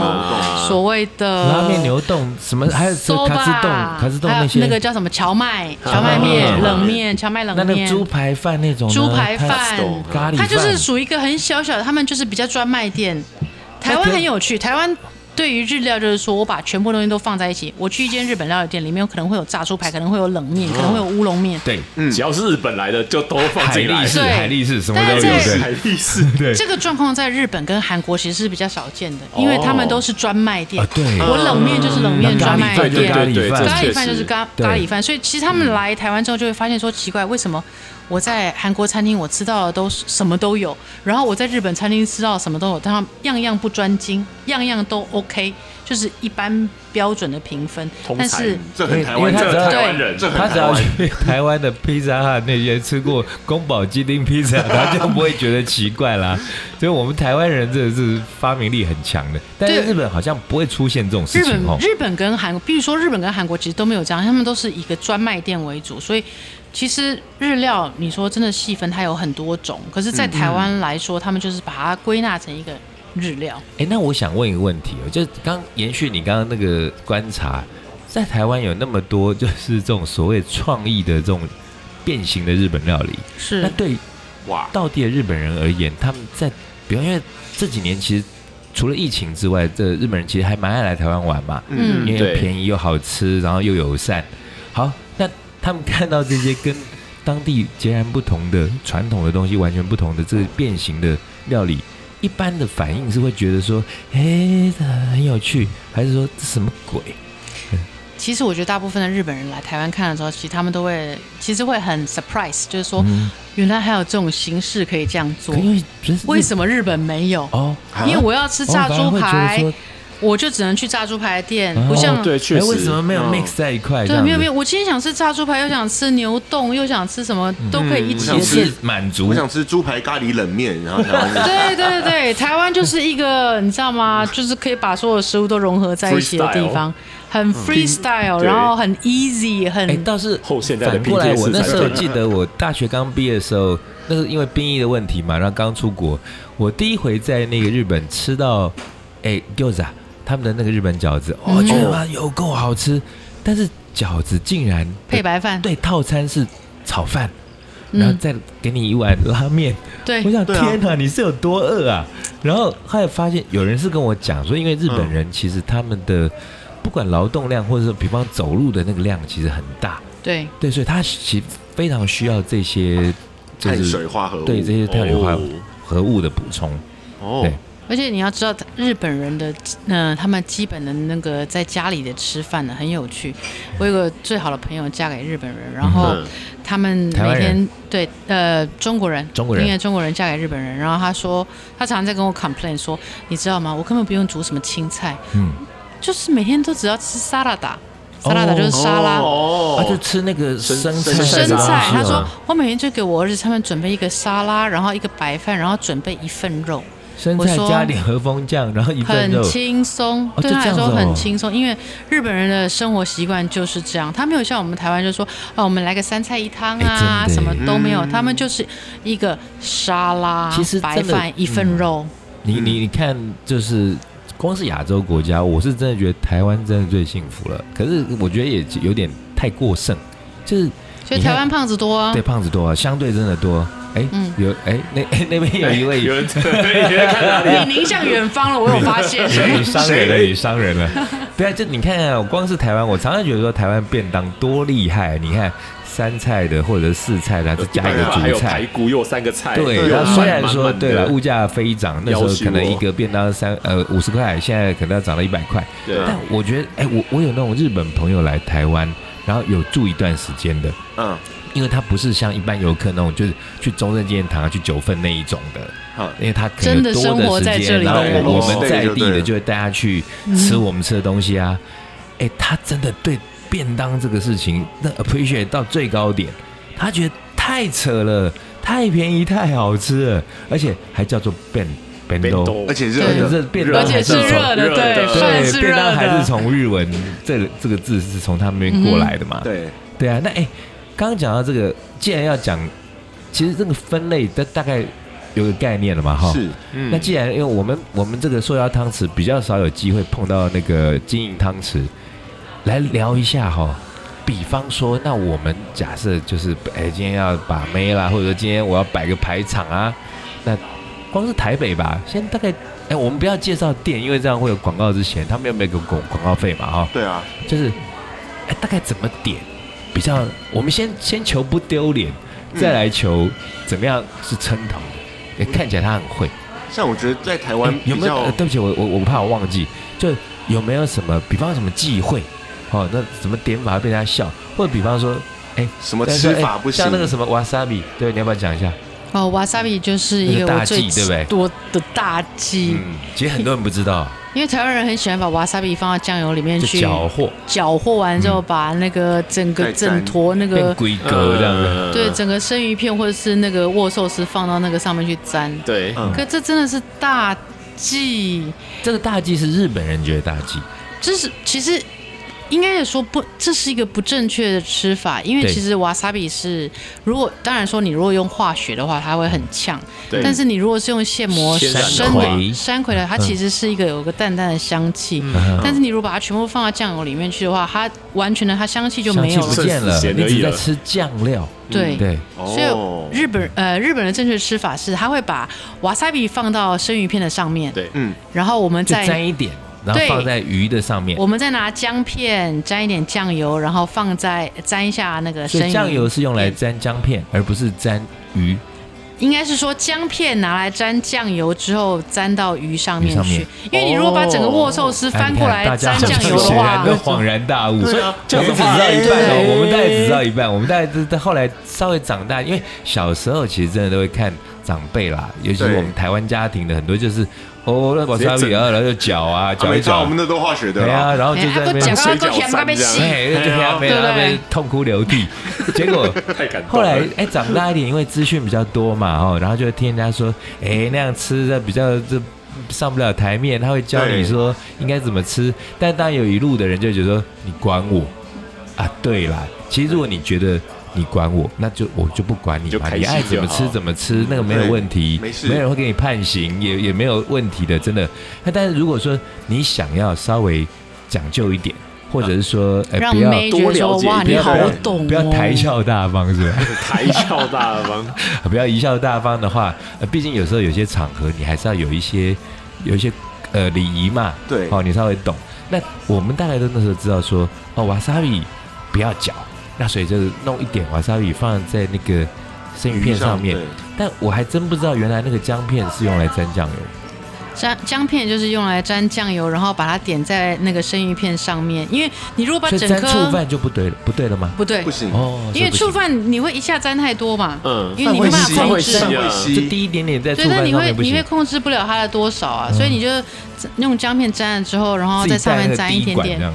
所谓的
拉面、牛冻什么，还有这个
soba，
卡斯冻、卡斯冻
呃还有
那些。
那个叫什么荞麦荞麦面、
啊
冷面、荞麦
那
冷
那个
面、
猪排饭那种呢，
猪排饭
它咖喱饭，
它就是属于一个很小小的，他们就是比较专卖店。台湾很有趣，台湾对于日料就是说我把全部东西都放在一起。我去一间日本料理店，里面有可能会有炸猪排，可能会有冷面，可能会有乌龙面。
哦对，
只要是日本来的就都放
嗯海
进来
力。士，
对
海力士什么
但
都有，
是在
对
海力士，
对。
这个状况在日本跟韩国其实是比较少见的，因为他们都是专卖店
哦啊。对
我冷面就是冷面
咖
专卖
喱饭就
店
咖，
对对
喱
对
饭
这，
咖喱饭
确
就
实嗯
是咖
对
咖喱饭，所以其实他们来台湾之后就会发现说奇怪，为什么我在韩国餐厅我吃到的都是什么都有，然后我在日本餐厅吃到的什么都有，但他们样样不专精，样样都 OK，就是一般标准的评分
通。
但
才
是
哎这很台湾，
因为因为它只要
台湾人
这
他
很
只
台
要
湾。
去台湾的披萨哈那些吃过宫保鸡丁披萨，他就不会觉得奇怪 啦。所以我们台湾人真的是发明力很强的，但是
对
日本好像不会出现这种事
日
情
本
哦。
日本跟韩国，比如说日本跟韩国其实都没有这样，他们都是以一个专卖店为主，所以其实日料你说真的细分它有很多种，可
嗯
是，在台湾来说，他们就是把它归纳成一个日料。
哎，那我想问一个问题哦，就是刚延续你刚刚那个观察，在台湾有那么多就是这种所谓创意的这种变形的日本料理，那
是
对
哇，
道地的日本人而言，他们在比方因为这几年其实除了疫情之外，这日本人其实还蛮爱来台湾玩嘛，
嗯
因为
对
便宜又好吃，然后又友善。好，那他们看到这些跟当地截然不同的传统的东西，完全不同的这个变形的料理，一般的反应是会觉得说，哎，这很有趣，还是说这什么鬼？
其实我觉得大部分的日本人来台湾看的时候，其实他们都会，其实会很 surprise，就是说、
嗯，
原来还有这种形式可以这样做
可，因为人
为什么日本没有？
哦，
因为我要吃炸
哦
猪
我反而会
排
觉得，说
我就只能去炸猪排店，
哦
不像、
对，确
哎，
实
为什么没有
嗯
mix 在一块？
对，没有没有，
有，
我今天想吃炸猪排，又想吃牛冻，又想吃什么，都
嗯
可以一起
我想
的店
吃
是满足
我。想吃猪排咖喱冷面，然后台 湾人
对对对，台湾就是一个你知道吗？就是可以把所有食物都融合在一起的地方，
嗯
很 freestyle，
对
然后很
嗯
easy，
哎，
很
倒是
后现代的
反过来，
拼贴
我
式
那
才
时候
对
记得我大学刚毕业的时候，那是因为兵役的问题嘛，然后刚出国，我第一回在那个日本吃到，哎，gyoza 他们的那个日本饺子，哦，
嗯
觉得哇有够好吃，但是饺子竟然
配白饭。
对套餐是炒饭，
嗯哎
然后再给你一碗拉面。
对
我，想
对啊
天哪，你是有多饿啊？然后后来发现有人是跟我讲说，因为日本人其实他们的不管劳动量或者是比方走路的那个量其实很大，
对，
对，所以他其实非常需要这些就
碳
是
水化合物，
对这些碳水化合物的补充。
哦
对，
而且你要知道，日本人的嗯、他们基本的那个在家里的吃饭呢，很有趣。我有个最好的朋友嫁给日本人，然后
嗯
他们
台湾
每
人
天对呃中国人，
中国人
因为中国人嫁给日本人，然后他说他常常在跟我 complain 说，你知道吗？我根本不用煮什么青菜，
嗯，
就是每天都只要吃沙拉达，
哦
沙拉达就是沙
他
拉。
啊就
哦，
吃那个生菜
生
生
沙拉
菜，啊他
是啊
说
吗
我每天就给我儿子他们准备一个沙拉，然后一个白饭，然后准备一份肉，
生
我
菜
说
加点和风酱，然后一份
很
肉，
轻松。
哦
对
就
他来
这样
说
子哦
很轻松，因为日本人的生活习惯就是这样，他没有像我们台湾就说啊，我们来个三菜一汤啊
哎，真
什
的
么
耶
都没有，他们就是一个沙拉
其实，
白
真的
饭一份肉。
你
嗯
你你看，就是光是亚洲国家，我是真的觉得台湾真的最幸福了。可是我觉得也有点太过剩，就是
所以
你看
台湾胖子多啊
对，胖子多啊，相对真的多。哎，
嗯
有哎那那边有一位
有人有人看到
你您向远方了，我有发现。
女商人了，
谁
女商人了。对啊，就你看啊，光是台湾，我常常觉得说台湾便当多厉害。你看三菜的或者四菜的，还是加一个
还有
主
排
菜。
骨，又有三个菜，
对，
对
然
啊
后虽然说对了，
了，
物价飞涨，那时候
要挟
可能
我
一个便当三呃五十块，现在可能要涨到一百块。
对
但我觉得，哎，我我有那种日本朋友来台湾，然后有住一段时间的，
嗯，
因为他不是像一般游客那种，就是去中正纪念堂、去九份那一种的，
好，
因为他可能有多
真的生活
时
在
间，
这里的
然后
人
我我们在地
哦
的就会带他去吃我们吃的东西啊。
嗯
哎、他真的对便当这个事情那 appreciate 到最高点，他觉得太扯了，太便宜，太好吃了，而且还叫做便便
变
当，
多
而且热
而且
的，
这便
热
当
而
的
且
还
是
从
热的，
热的
对，饭
对，
是
便
热
当还
的
是，从日文这个这个字是从他们那边过来的嘛？
嗯
对，
对啊，那哎，刚刚讲到这个，既然要讲，其实这个分类大大概有个概念了嘛，哈。
是，
嗯
那既然因为我们我们这个塑料汤匙比较少有机会碰到那个金银汤匙，来聊一下哈、比方说，那我们假设就是哎，今天要把妹啦，或者说今天我要摆个排场啊，那光是台北吧，先大概哎，我们不要介绍店，因为这样会有广告之嫌，他们又没有给我广广告费嘛哈、
对啊，
就是哎，大概怎么点比较？我们先先求不丢脸，再来求怎么样是称头的。哎看起来他很会。
像我觉得在台湾
哎有
比
没有、
较
呃？对不起，我我我怕我忘记，就有没有什么，比方什么忌讳，哦，那怎么点法会被人家笑，或者比方说，哎，
什么
但是
吃
哎
法不行
像那，个什么 wasabi，对，你要不要讲一下？
哦，wasabi 就是一
那
个
个大
我最
忌对不对
多的大忌，
嗯，其实很多人不知 道，
因为台湾人很喜欢把 wasabi 放到酱油里面
就
去
搅和
搅和完之后，把那个整个
再沾
整坨那
变
个
规
呃
格这样子。
嗯
对整个生鱼片或者是那个握寿司放到那个上面去沾，
对，
嗯
可这真的是大忌，
这个大忌是日本人觉得大忌，
这是其实。应该也说不，这是一个不正确的吃法，因为
对
其实瓦萨比是，如果当然说你如果用化学的话，它会很呛，
对
但是你如果是用现磨
鲜
生
染的
话
的山葵的，它其实是一个有个淡淡的香气，
嗯
但是你如果把它全部放到酱油里面去的话，它完全的它香气就没有
香气不
了。
见了，
剩死咸而
你
已
只在
了
吃酱料。
对
对，
所以日
哦
本呃日本的正确吃法是，它会把瓦萨比放到生鱼片的上面，
对
嗯，
然后我们
就
再
沾一点，然后
对
放在鱼的上面
我。们再拿姜片沾一点酱油，然后放在沾一下那个
所
生
以
鱼。
酱油是用来沾姜片，而不是沾鱼。
应该是说姜片拿来沾酱油之后沾到鱼上面
鱼上
去
面，
因为你如果把整个握寿司
哎
翻
你
过
看
来
大家
沾
好像
酱油的
显然
话
都，恍然大悟，
对啊
我
这样
们
子
只知道一
哎
半哦，我们大概只知道一半，我们大概知道后来稍微长大，因为小时候其实真的都会看长辈啦，尤其是
对
我们台湾家庭的很多就是哦，那把沙
直接
比
整
啊，然后就搅啊，
啊
搅
没
一
错，我
搅
们，那都化学的
对
啦。
啊，然后就
哎
在那
还
边
不讲。
水
到
饺
够咸，
三
还被
这样
吸。
哎，就听他被
对不对
他被痛哭 流涕，结果
太感动了。
后来哎，长大一点，因为资讯比较多嘛，哦，然后就会听人家说，哎，那样吃的比较这上不了台面，他会教
对
你说应该怎么吃。但当然有一路的人就觉得说你管我啊，对啦，其实如果你觉得。你管我，那就我就不管你
就
嘛，
开
你
心
爱怎么
就好
吃怎么吃，那个没有问题，
对没事
有人会给你判刑，也也没有问题的，真的。那但是如果说你想要稍微讲究一点，或者是说，哎、
让
不要
妹觉
多
得说
了解
哇，
一
你
点
好
对
懂哦，
不要抬笑大方，是吧？
台笑大方，
不要贻笑大方的话，呃，毕竟有时候有些场合你还是要有一些有一些呃礼仪嘛，
对
哦，你稍微懂。那我们大概都那时候知道说，哦，瓦萨比不要搅，那所以就是弄一点瓦萨比放在那个生鱼片上面。但我还真不知道原来那个姜片是用来沾酱油，
姜姜片就是用来沾酱油，然后把它点在那个生鱼片上面，因为你如果把
所以
整
沾醋
颗
饭就不对了，不对了吗？
不对
对，不行，
哦，
因
所
为
以不行
醋饭你会一下沾太多嘛，
嗯
因为你没办
饭
法控
会
制
吸，
啊
饭会吸，
就滴一点点在醋
对，但
饭
你
上
会
面不
你
行嗯
会，控制不了它的多少啊，所以你就用姜片沾了之后，然后
自
哦在
己
上
带那
面
个
沾一
滴
点
管这
点。
样。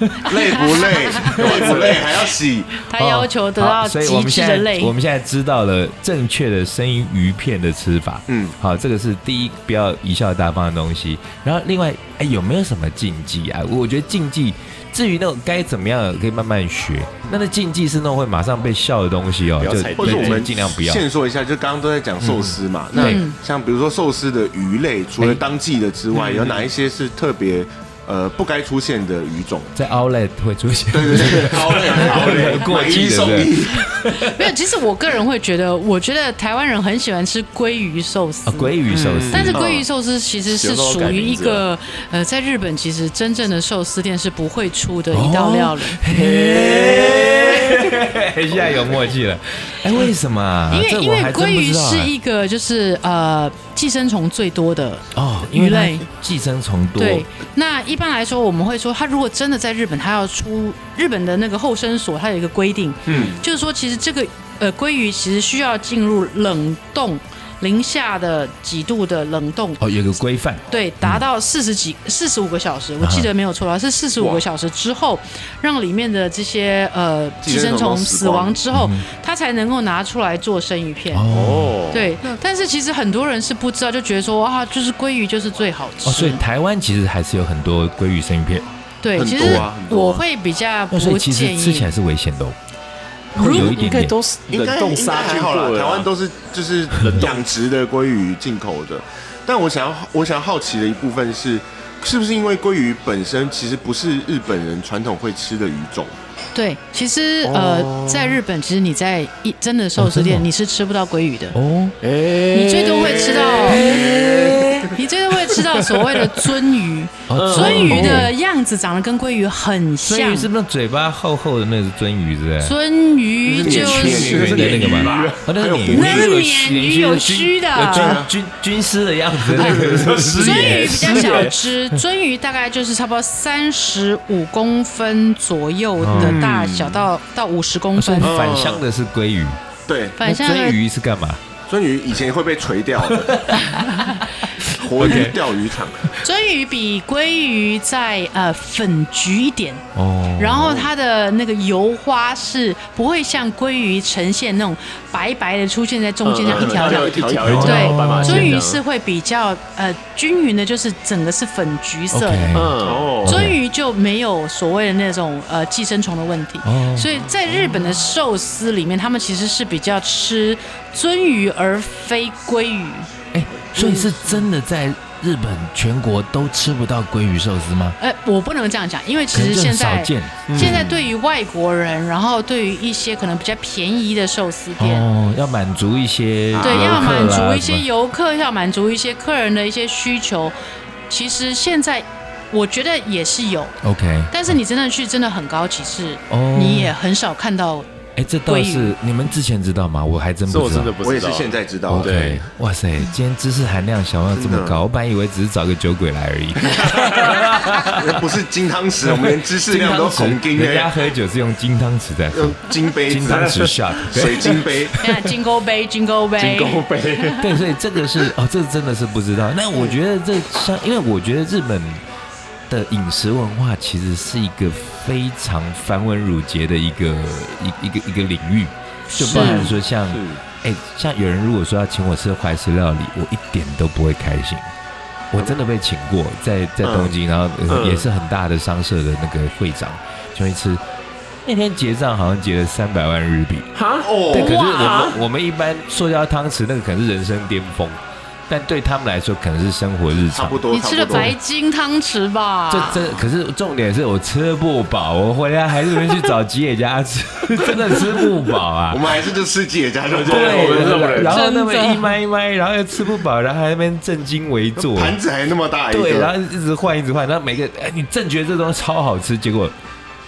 累不 累？累不累？还要洗？
他要求得
哦好
到
所以我
极
们
致
现
的
在
类
我。们现在知道了正确的生鱼片的吃法。
嗯，
好，这个是第一，不要贻笑大方的东西。然后另外，哎，有没有什么禁忌啊？我觉得禁忌，至于那种该怎么样，可以慢慢学。那那禁忌是那种会马上被笑的东西哦，
不要
就
踩
或者我
对
们
尽量不要。
先说一下，就刚刚都在讲寿司嘛，那
嗯
像比如说寿司的鱼类，除了当季的之
嗯
外，有哪一些是特别呃不该出现的鱼种？
在 Outlet 会出现，
对对对，好累好累，
过
买
季
一
的
送
对
一，
没有，其实我个人会觉得，我觉得台湾人很喜欢吃鲑鱼寿司
啊，。鲑鱼寿司。
嗯但是鲑鱼寿司其实是属于
啊
一个呃，在日本其实真正的寿司店是不会出的一
哦
道料理，
嘿现在有默契了。哎，为什么啊？
因为
这
因
我
为
还真
鲑
不
鱼
知道
是
哎
一个就是呃寄生虫最多的
哦，因为它
鱼类
寄生虫多，
对，那一般来说我们会说，他如果真的在日本，他要出日本的那个后生所，它有一个规定，
嗯，
就是说其实这个呃鲑鱼其实需要进入冷冻。零下的几度的冷冻，
哦，有个规范。
对，达到四十几、四十五个小时，我记得没有错啊，是四十五
哇
个小时之后，让里面的这些呃
寄
寄
生
生
虫都
虫
死
死
光
亡之后，它才能够拿出来做生鱼片。
哦
哦，
对，但是其实很多人是不知道，就觉得说哇，就是鲑鱼就是最好吃。
哦，所以台湾其实还是有很多鲑鱼生鱼片，
对，
很
其
多
实
啊很多啊
我会比较
那所
不
以其实
建
吃起
议。
来是危险的、哦，
如
会有一
应
点
该
点。
都是
应
冷
该
冻杀
应
菌
该还好
过
啦，
了啊，
台湾都是就是养殖的鲑鱼进口的。但我想要我想要好奇的一部分是，是不是因为鲑鱼本身其实不是日本人传统会吃的鱼种？
对，其实呃，在日本，其实你在一真的寿司
哦真的哦
店，你是吃不到鲑鱼的，
哦，
哎，
你最多会吃
嗯
到，你最多会吃到所谓的鳟鱼。嗯
哦
鳟鱼的
哦
样子长得跟鲑鱼
鳟
很像
鱼，是不是嘴巴厚厚的那是鳟鱼是不是？
鳟鱼就
鳟鱼
是
圆圆的那
那是
个
鲶鱼
嘛
吧，
哦，那是
还有
鲶
鲶鱼
那是鲶
鲶
鱼有须的
有军军军师的样子，那个
鳟
是
鳟鱼比较小只， 鳟鱼大概就是差不多三十五公分左右的大小到到五十公
所以
分。
反向的是鲑鱼，
对，
那
反向的
鳟鱼是干嘛？
鳟鱼以前会被垂钓的， 活鱼钓鱼场。
鳟鱼比鲑鱼再呃粉橘一点，
哦，
然后它的那个油花是不会像鲑鱼呈现那种白白的出现在中间这样一条条
一。条一条
对
对
斑马，线
鳟
这
鱼
样
是会比较呃均匀的，就是整个是粉橘色的。
OK，
嗯，哦
鳟鱼就没有所谓的那种呃寄生虫的问题。
哦
所以在日本的寿司里面，他们其实是比较吃鳟鱼而非鲑鱼。
哎、所以是真的在日本全国都吃不到鲑鱼寿司吗？
呃，我不能这样讲，因为其
可
实
能就很
现
少
在嗯
见
现在对于外国人，然后对于一些可能比较便宜的寿司店，
哦，要满足一些游客
对，要
啊
满足一些
什么
游客，要满足一些客人的一些需求。其实现在我觉得也是有，
OK
但是你真的去真的很高级是，
哦，
你也很少看到。
哎、这倒
鲑
是你们之前知道吗？我还真
这
不
我
知道
真的。不知道。
我也是现在知道
OK，
的。
对
哇塞，今天知识含量想要这么
真的
高，我本来以为只是找个酒鬼来而已。
不是金汤匙，我们连知识量都红金
人家
哎，
喝酒是用金汤匙在喝
用，金杯子
金汤匙 shot，
水晶 杯，
那金钩杯，金钩杯，
金钩杯，
对，所以这个是哦，这个真的是不知道。那我觉得这像，因为我觉得日本的饮食文化其实是一个非常繁文缛节的一个一一个一个领域，就包含说像哎、像有人如果说要请我吃怀石料理，我一点都不会开心。我真的被请过，在在东京，然后、呃
嗯
也是很大的商社的那个会长，请我去吃。那天结账好像结了三百万日币，
哈
对，可是
哦，
我
哇
们我们一般塑胶汤匙那个可能是人生巅峰，但对他们来说可能是生活日
差
常
不。多，
你吃了
差不多
白金汤匙吧？
这这可是重点是我吃不饱，我回来还是没去找吉野家吃，真的吃不饱啊
我。们还是就吃姐家就
对我们这种
对，
人
然后那么
真的
一麦一麦，然后又吃不饱，然后还在那边正襟危坐，
盘子还那么大一
对，然后
个，
一直换一直换，然后每个哎，你正觉得这东西超好吃，结果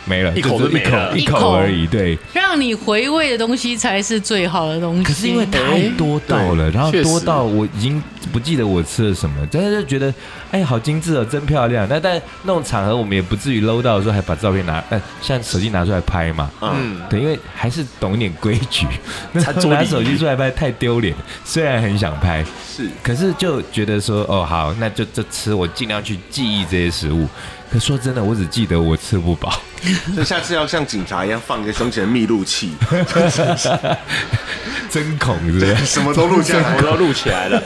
没了，
一口
就
就没
一口
了
一
一口
口而已，对。
让你回味的东西才是最好的东西。
可是因为太多到了，然后
哎确实
多到我已经不记得我吃了什么，但是就觉得哎，好精致哦，真漂亮。那但那种场合，我们也不至于 low 到说还把照片拿，呃，像手机拿出来拍嘛。
嗯，
嗯，
对，因为还是懂一点规 矩，那
餐桌礼仪
拿手机出来拍太丢脸。虽然很想拍，
是
可是就觉得说，哦，好，那就这吃，我尽量去记忆这些食物。可说真的，我只记得我吃不饱，
所以下次要像警察一样放一个胸前密录器，
针孔是不是？
什么都录下来
我。都录起来了。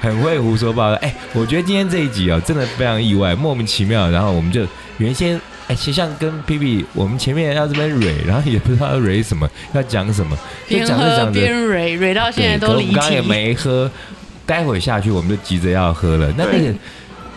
很会胡说八道。哎、我觉得今天这一集哦，真的非常意外，莫名其妙。然后我们就原先哎，其实像跟 P P，我们前面要这边蕊，然后也不知道要蕊什么，要讲什么，就
边
讲着
喝
讲着，
边蕊，蕊到现在
对，可
都
我
离
们刚刚也
题。
没喝，待会下去我们就急着要喝了。那那个
对，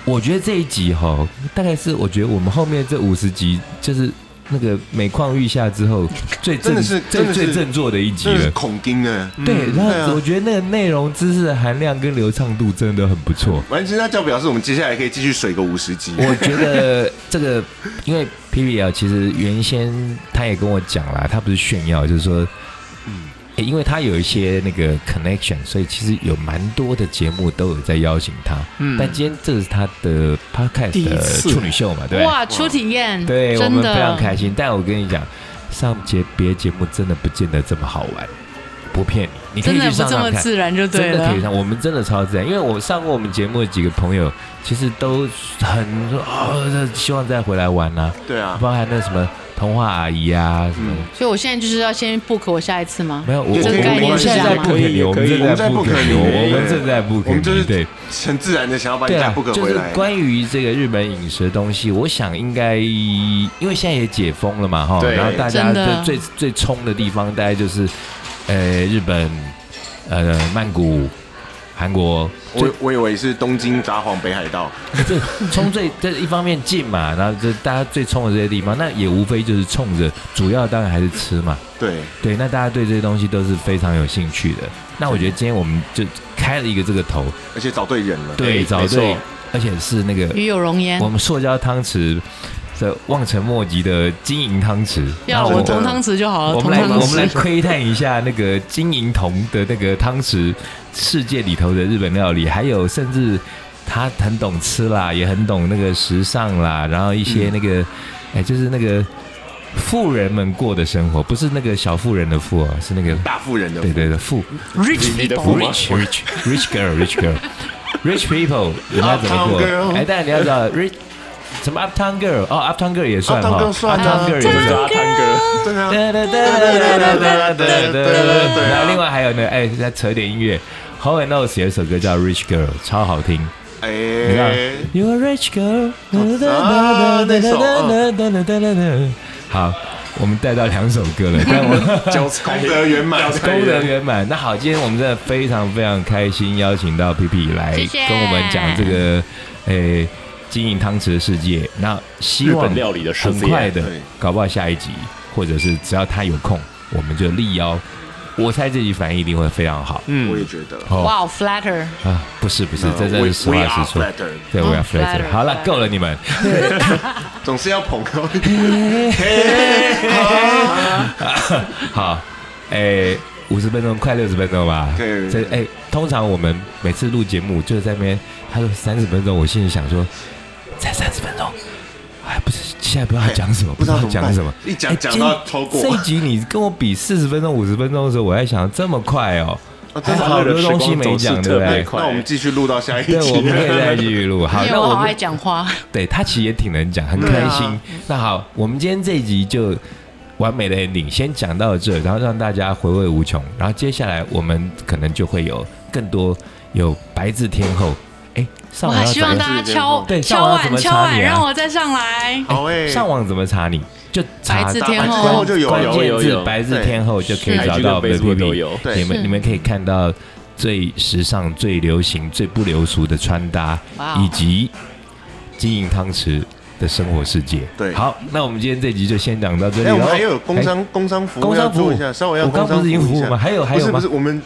我觉得这一集哈、大概是我觉得我们后面这五十集就是。那个每况愈下之 后，最
真
振
的是
最
真的是
最振作的一集
真的是
了。
恐惊呢，
对，然
对啊
后我觉得那个内容、知识含量跟流畅度真的很不错。
完全那就表示我们接下来可以继续水个五十集。
我觉得这个，因为 P P L 其实原先他也跟我讲啦，他不是炫耀，就是说，嗯，因为他有一些那个 connection，所以其实有蛮多的节目都有在邀请他。
嗯
但今天这是他的 podcast
第一
的
次
处女秀嘛，对不对？
哇，初体验，
对我
真
们
的
非常开心。但我跟你讲，上节别节目真的不见得这么好玩，不骗你，你可
真
以
的
去
不
上
这
上
么
看。
自然就 对
真的
了
可以。上，我们真的超自然，因为我上过我们节目的几个朋友，其实都很说哦，希望再回来玩啦、
对啊，嗯
包含那什么童话阿姨啊什么，
所以我现在就是要先 book 我下一次吗？
没有，我
这个概
我
念
我们
是
现
这
在
样
不可以，
可以
我们
可以
正在
我们
不可
在不可
以，
以
我们
对
正在不可
我们就是
以，对。
很自然的想要把你
对
再
啊
不，可
就
回
是
来。
关于这个日本饮食的东西，我想应该因为现在也解封了嘛，哈，
对
然后大家
真的
最最最冲的地方大概就是，呃，日本，呃，曼谷，韩国，最
我我以为是东京、札幌、北海道，
这冲最这一方面近嘛，然后这大家最冲的这些地方，那也无非就是冲着主要当然还是吃嘛，
对，
对，那大家对这些东西都是非常有兴趣的。那我觉得今天我们就开了一个这个头，
而且找对人了。
对，
对
找
没错
对，而且是那个
与有容焉
我，们塑胶汤匙的望尘莫及的金银汤匙，
要
那
我
真的
同汤匙就好了。
我
哦同
们来，
汤
我们来
匙，
窥探一下那个金银铜的那个汤匙世界里头的日本料理，还有甚至他很懂吃啦，也很懂那个时尚啦，然后一些那个，哎、就是那个富人们过的生活，不是那个小富人的富哦，是那个
大富人的
对对对富
rich
你的
people
父母
rich rich rich girl rich girl rich people，人家怎么
Uptown
过？
girl
哎，但是你要知道 rich 什么 uptown girl 哦，uptown girl 也算
Uptown
哈
girl 算啊
uptown girl 也
我
算
们。叫他汤哥，
对啊，
哒哒哒哒哒哒哒哒哒。然后另外还有呢，哎，再扯点音乐。How and Knows 有一首歌叫《Rich Girl》，超好听。
哎、
你看，You're a rich girl，
啊那首
好，我们带到两首歌了，但我
交差
功德圆满，
哎功德圆满。那好，今天我们真的非常非常开心，邀请到皮皮来
谢谢
跟我们讲这个，诶、经营汤匙的世界。那希
日
望
本料理的世
很
界
快的
对，
搞不好下一集，或者是只要他有空，我们就力邀。我猜这集反应一定会非常好。
我也
嗯，
觉得。
哦
哇、哦 f l a t t e r
啊，不是不是，这真
We-
是实话
we are
实说。
flattered
对，我要
嗯
flatter。
flatter，
好了，
flatter
够了，你们。
总是要捧高一点。
好，哎、五十分钟快六十分钟吧。
可以
这哎、通常我们每次录节目就是在那边，他说三十分钟，我心里想说，才三十分钟，哎，不是，现在不知道讲什么，
哎不知道怎么
讲
办
什么，
一讲
哎
讲
今
到超过
这一集你跟我比四十分钟、五十分钟的时候，我在想这么快哦，
啊
还
真的
好
欢乐的
多
时
东
光
西没
总是
讲，对
特
不
别
对？
快
那我们继续录到下一集。
对，我们可以再继续录。好，
因为
那
我
我
好爱
们
讲话，
对他其实也挺能讲，很
对
开
啊
心。那好，我们今天这一集就完美的 ending，先讲到这，然后让大家回味无穷。然后接下来我们可能就会有更多有白字天后，哎，上
我
网
还
要
希
怎
望
么？
大家敲
对上
敲
网要怎
碗
么
敲
查
碗，
你啊
让我再上来。
哎好诶，
上网怎么查你？就查
白字
打
天后
然后就有
关
了。
键
有有
字
有
白字
对
天后就可以
是
找
IG
到我
跟
们的
Facebook 都
PV。
有，
对
你们
是
你们可以看到最时尚、最流行、最不流俗的穿搭，
哇哦
以及经营汤匙的生活世界。
对
好，那我们今天这集就先讲到这里
哎，
喽。
我们还有工商工商服务
工
要
商服务
做一下，稍微要
我刚
工商
不是已经服务
一下
吗还有还
不
有
是
吗
不是，我们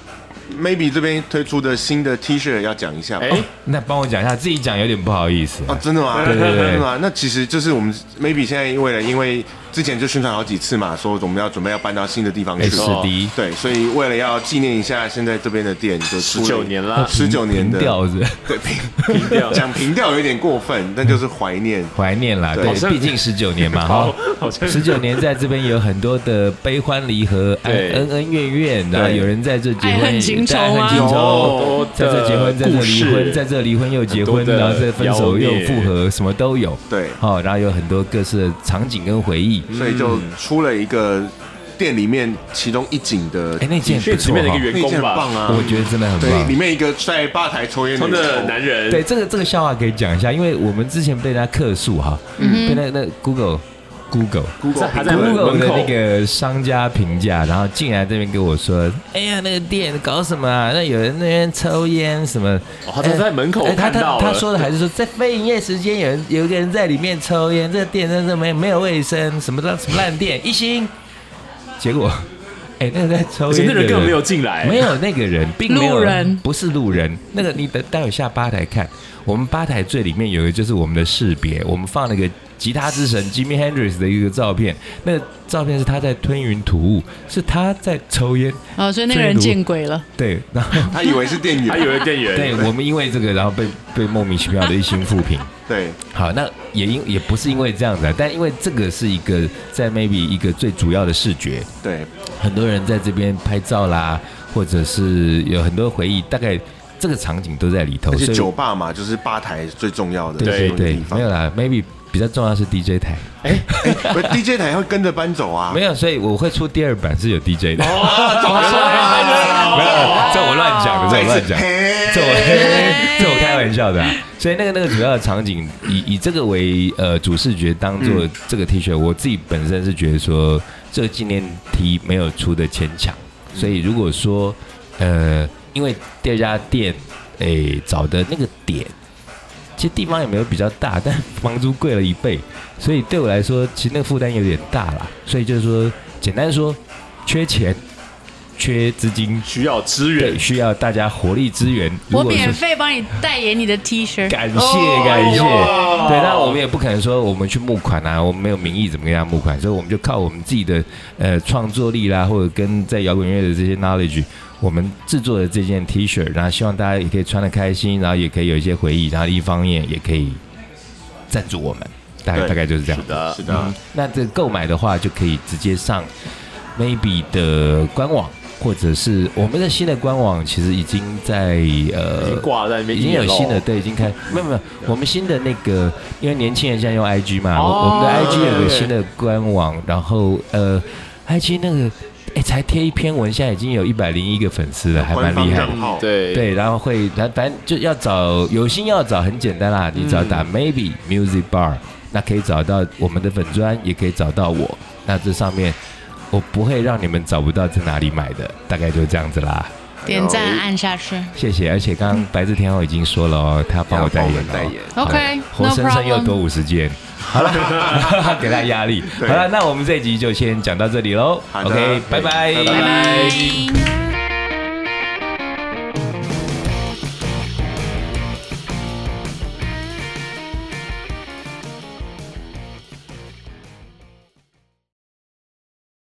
maybe 这边推出的新的 T 恤要讲一下吧。
哎，
哎，那帮我讲一下，自己讲有点不好意思啊、
啊，真的吗？
对对对
真的吗？那其实就是我们 maybe 现在因为了，因为之前就宣传好几次嘛，说我们要准备要搬到新的地方去。
是的，
对，所以为了要纪念一下现在这边的店，就
十九年啦，
十九年的
调子，
对平
平调
讲平调有点过分，但就是怀念。
怀念啦，
对
对
好，像
毕竟十九年嘛， 哈
好。，好像
十九年在这边有很多的悲欢离合、恩
对
恩恩怨怨，然后
对
有人在这结婚，
爱恨情仇
在恨
啊
情仇
有
在这结婚，在这
故
离
事
婚，在这离婚又结婚，
很多的
然后再分手又复
妖
合，什么都有。
对，
哦，然后有很多各式的场景跟回忆。
所以就出了一个店里面其中一景的
哎，那件
去
不
里
错
面的一个
哈，
员
那
工
件
吧，
棒啊，
我觉得真的很
对，里
棒。
面一个在吧台抽烟
成的男人，
对，这个这个笑话可以讲一下，因为我们之前被人家客诉哈，
嗯
被那那 Google Google
，Google
还在门
Google 的
口
那个商家评价，然后进来这边跟我说：“哎呀，那个店搞什么啊？那有人那边抽烟什么？”
哦他在门口
哎他
看
他
到
他
了
说的还是说在非营业时间，有人有一个人在里面抽烟，这个店真是没没有卫生，什么的什么烂店，一星。结果，哎，那个在抽
而且
烟
那
的
人根本没有进来，
没有那个人，并没有
路人
不是路人。那个你等待会下吧台看，我们吧台最里面有一个就是我们的识别，我们放了一个吉他之神 Jimmy Hendrix 的一个照片，那个照片是他在吞云吐雾，是他在抽烟，
哦，所以那个人见鬼了，
对，然后。
他以为是店
还
员，
有个店员，
对我们因为这个，然后被被莫名其妙的一星负评。
对，
好，那也因也不是因为这样子、啊，但因为这个是一个在 maybe 一个最主要的视觉，
对，
很多人在这边拍照啦，或者是有很多回忆，大概这个场景都在里头。
而且
所以
酒吧嘛，就是吧台最重要的
对对
这种
对
地，方
没有。啦，maybe 比较重要是 DJ 台，
哎不是 DJ 台会跟着搬走啊
没，有，所以我会出第二版是有 DJ 的。
哦，走出
没有
来，，
这我乱讲的，这
再
我
一
乱
次，
讲。
嘿
这我 这我开玩笑的、啊，所以那个那个主要的场景以以这个为呃主视觉当做这个 T 恤，我自己本身是觉得说这个纪念 T 没有出的牵强，所以如果说呃因为第二家店诶、找的那个点，其实地方也没有比较大，但房租贵了一倍，所以对我来说其实那个负担有点大啦，所以就是说简单说缺钱。缺资金，
需要支援
对，，需要大家活力支援。如
我
果
免
是
费帮你代言你的 T 恤，
感谢
哦
感谢，
哎呦
对，那我们也不可能说我们去募款啊，我们没有名义怎么跟人家募款，所以我们就靠我们自己的呃创作力啦，或者跟在摇滚乐的这些 knowledge，我们制作的这件 T 恤，然后希望大家也可以穿得开心，然后也可以有一些回忆，然后一方面也可以赞助我们，大概
对
大概就是这样
是。的，
是
嗯
的，，
那这个购买的话就可以直接上 Maybe 的官网，或者是我们的新的官网，其实已经在
已
呃
经挂在那边
已
一
经
年
有
咯，
新的，对，已经开，没有没有，我们新的那个，因为年轻人现在用 IG 嘛，我我们的
哦
IG 有个新的官网，然后呃，IG 那个哎，才贴一篇文，现在已经有一百零一个粉丝了，还蛮厉害的
官方账。号
嗯对
对，然后会，反反正就要找有心要找，很简单啦，你只
嗯
要打 Maybe Music Bar，那可以找到我们的粉砖，也可以找到我。那这上面我不会让你们找不到在哪里买的，大概就这样子啦。
点赞按下去。
谢谢，而且刚刚白字天后已经说了哦，他帮我代言
要帮我们代
哦
言。
好
OK，
活
no
生生又
problem
多五十件，好了， 给他压力。好
对
了，那我们这一集就先讲到这里喽。
好的
OK，拜拜，
拜
拜拜。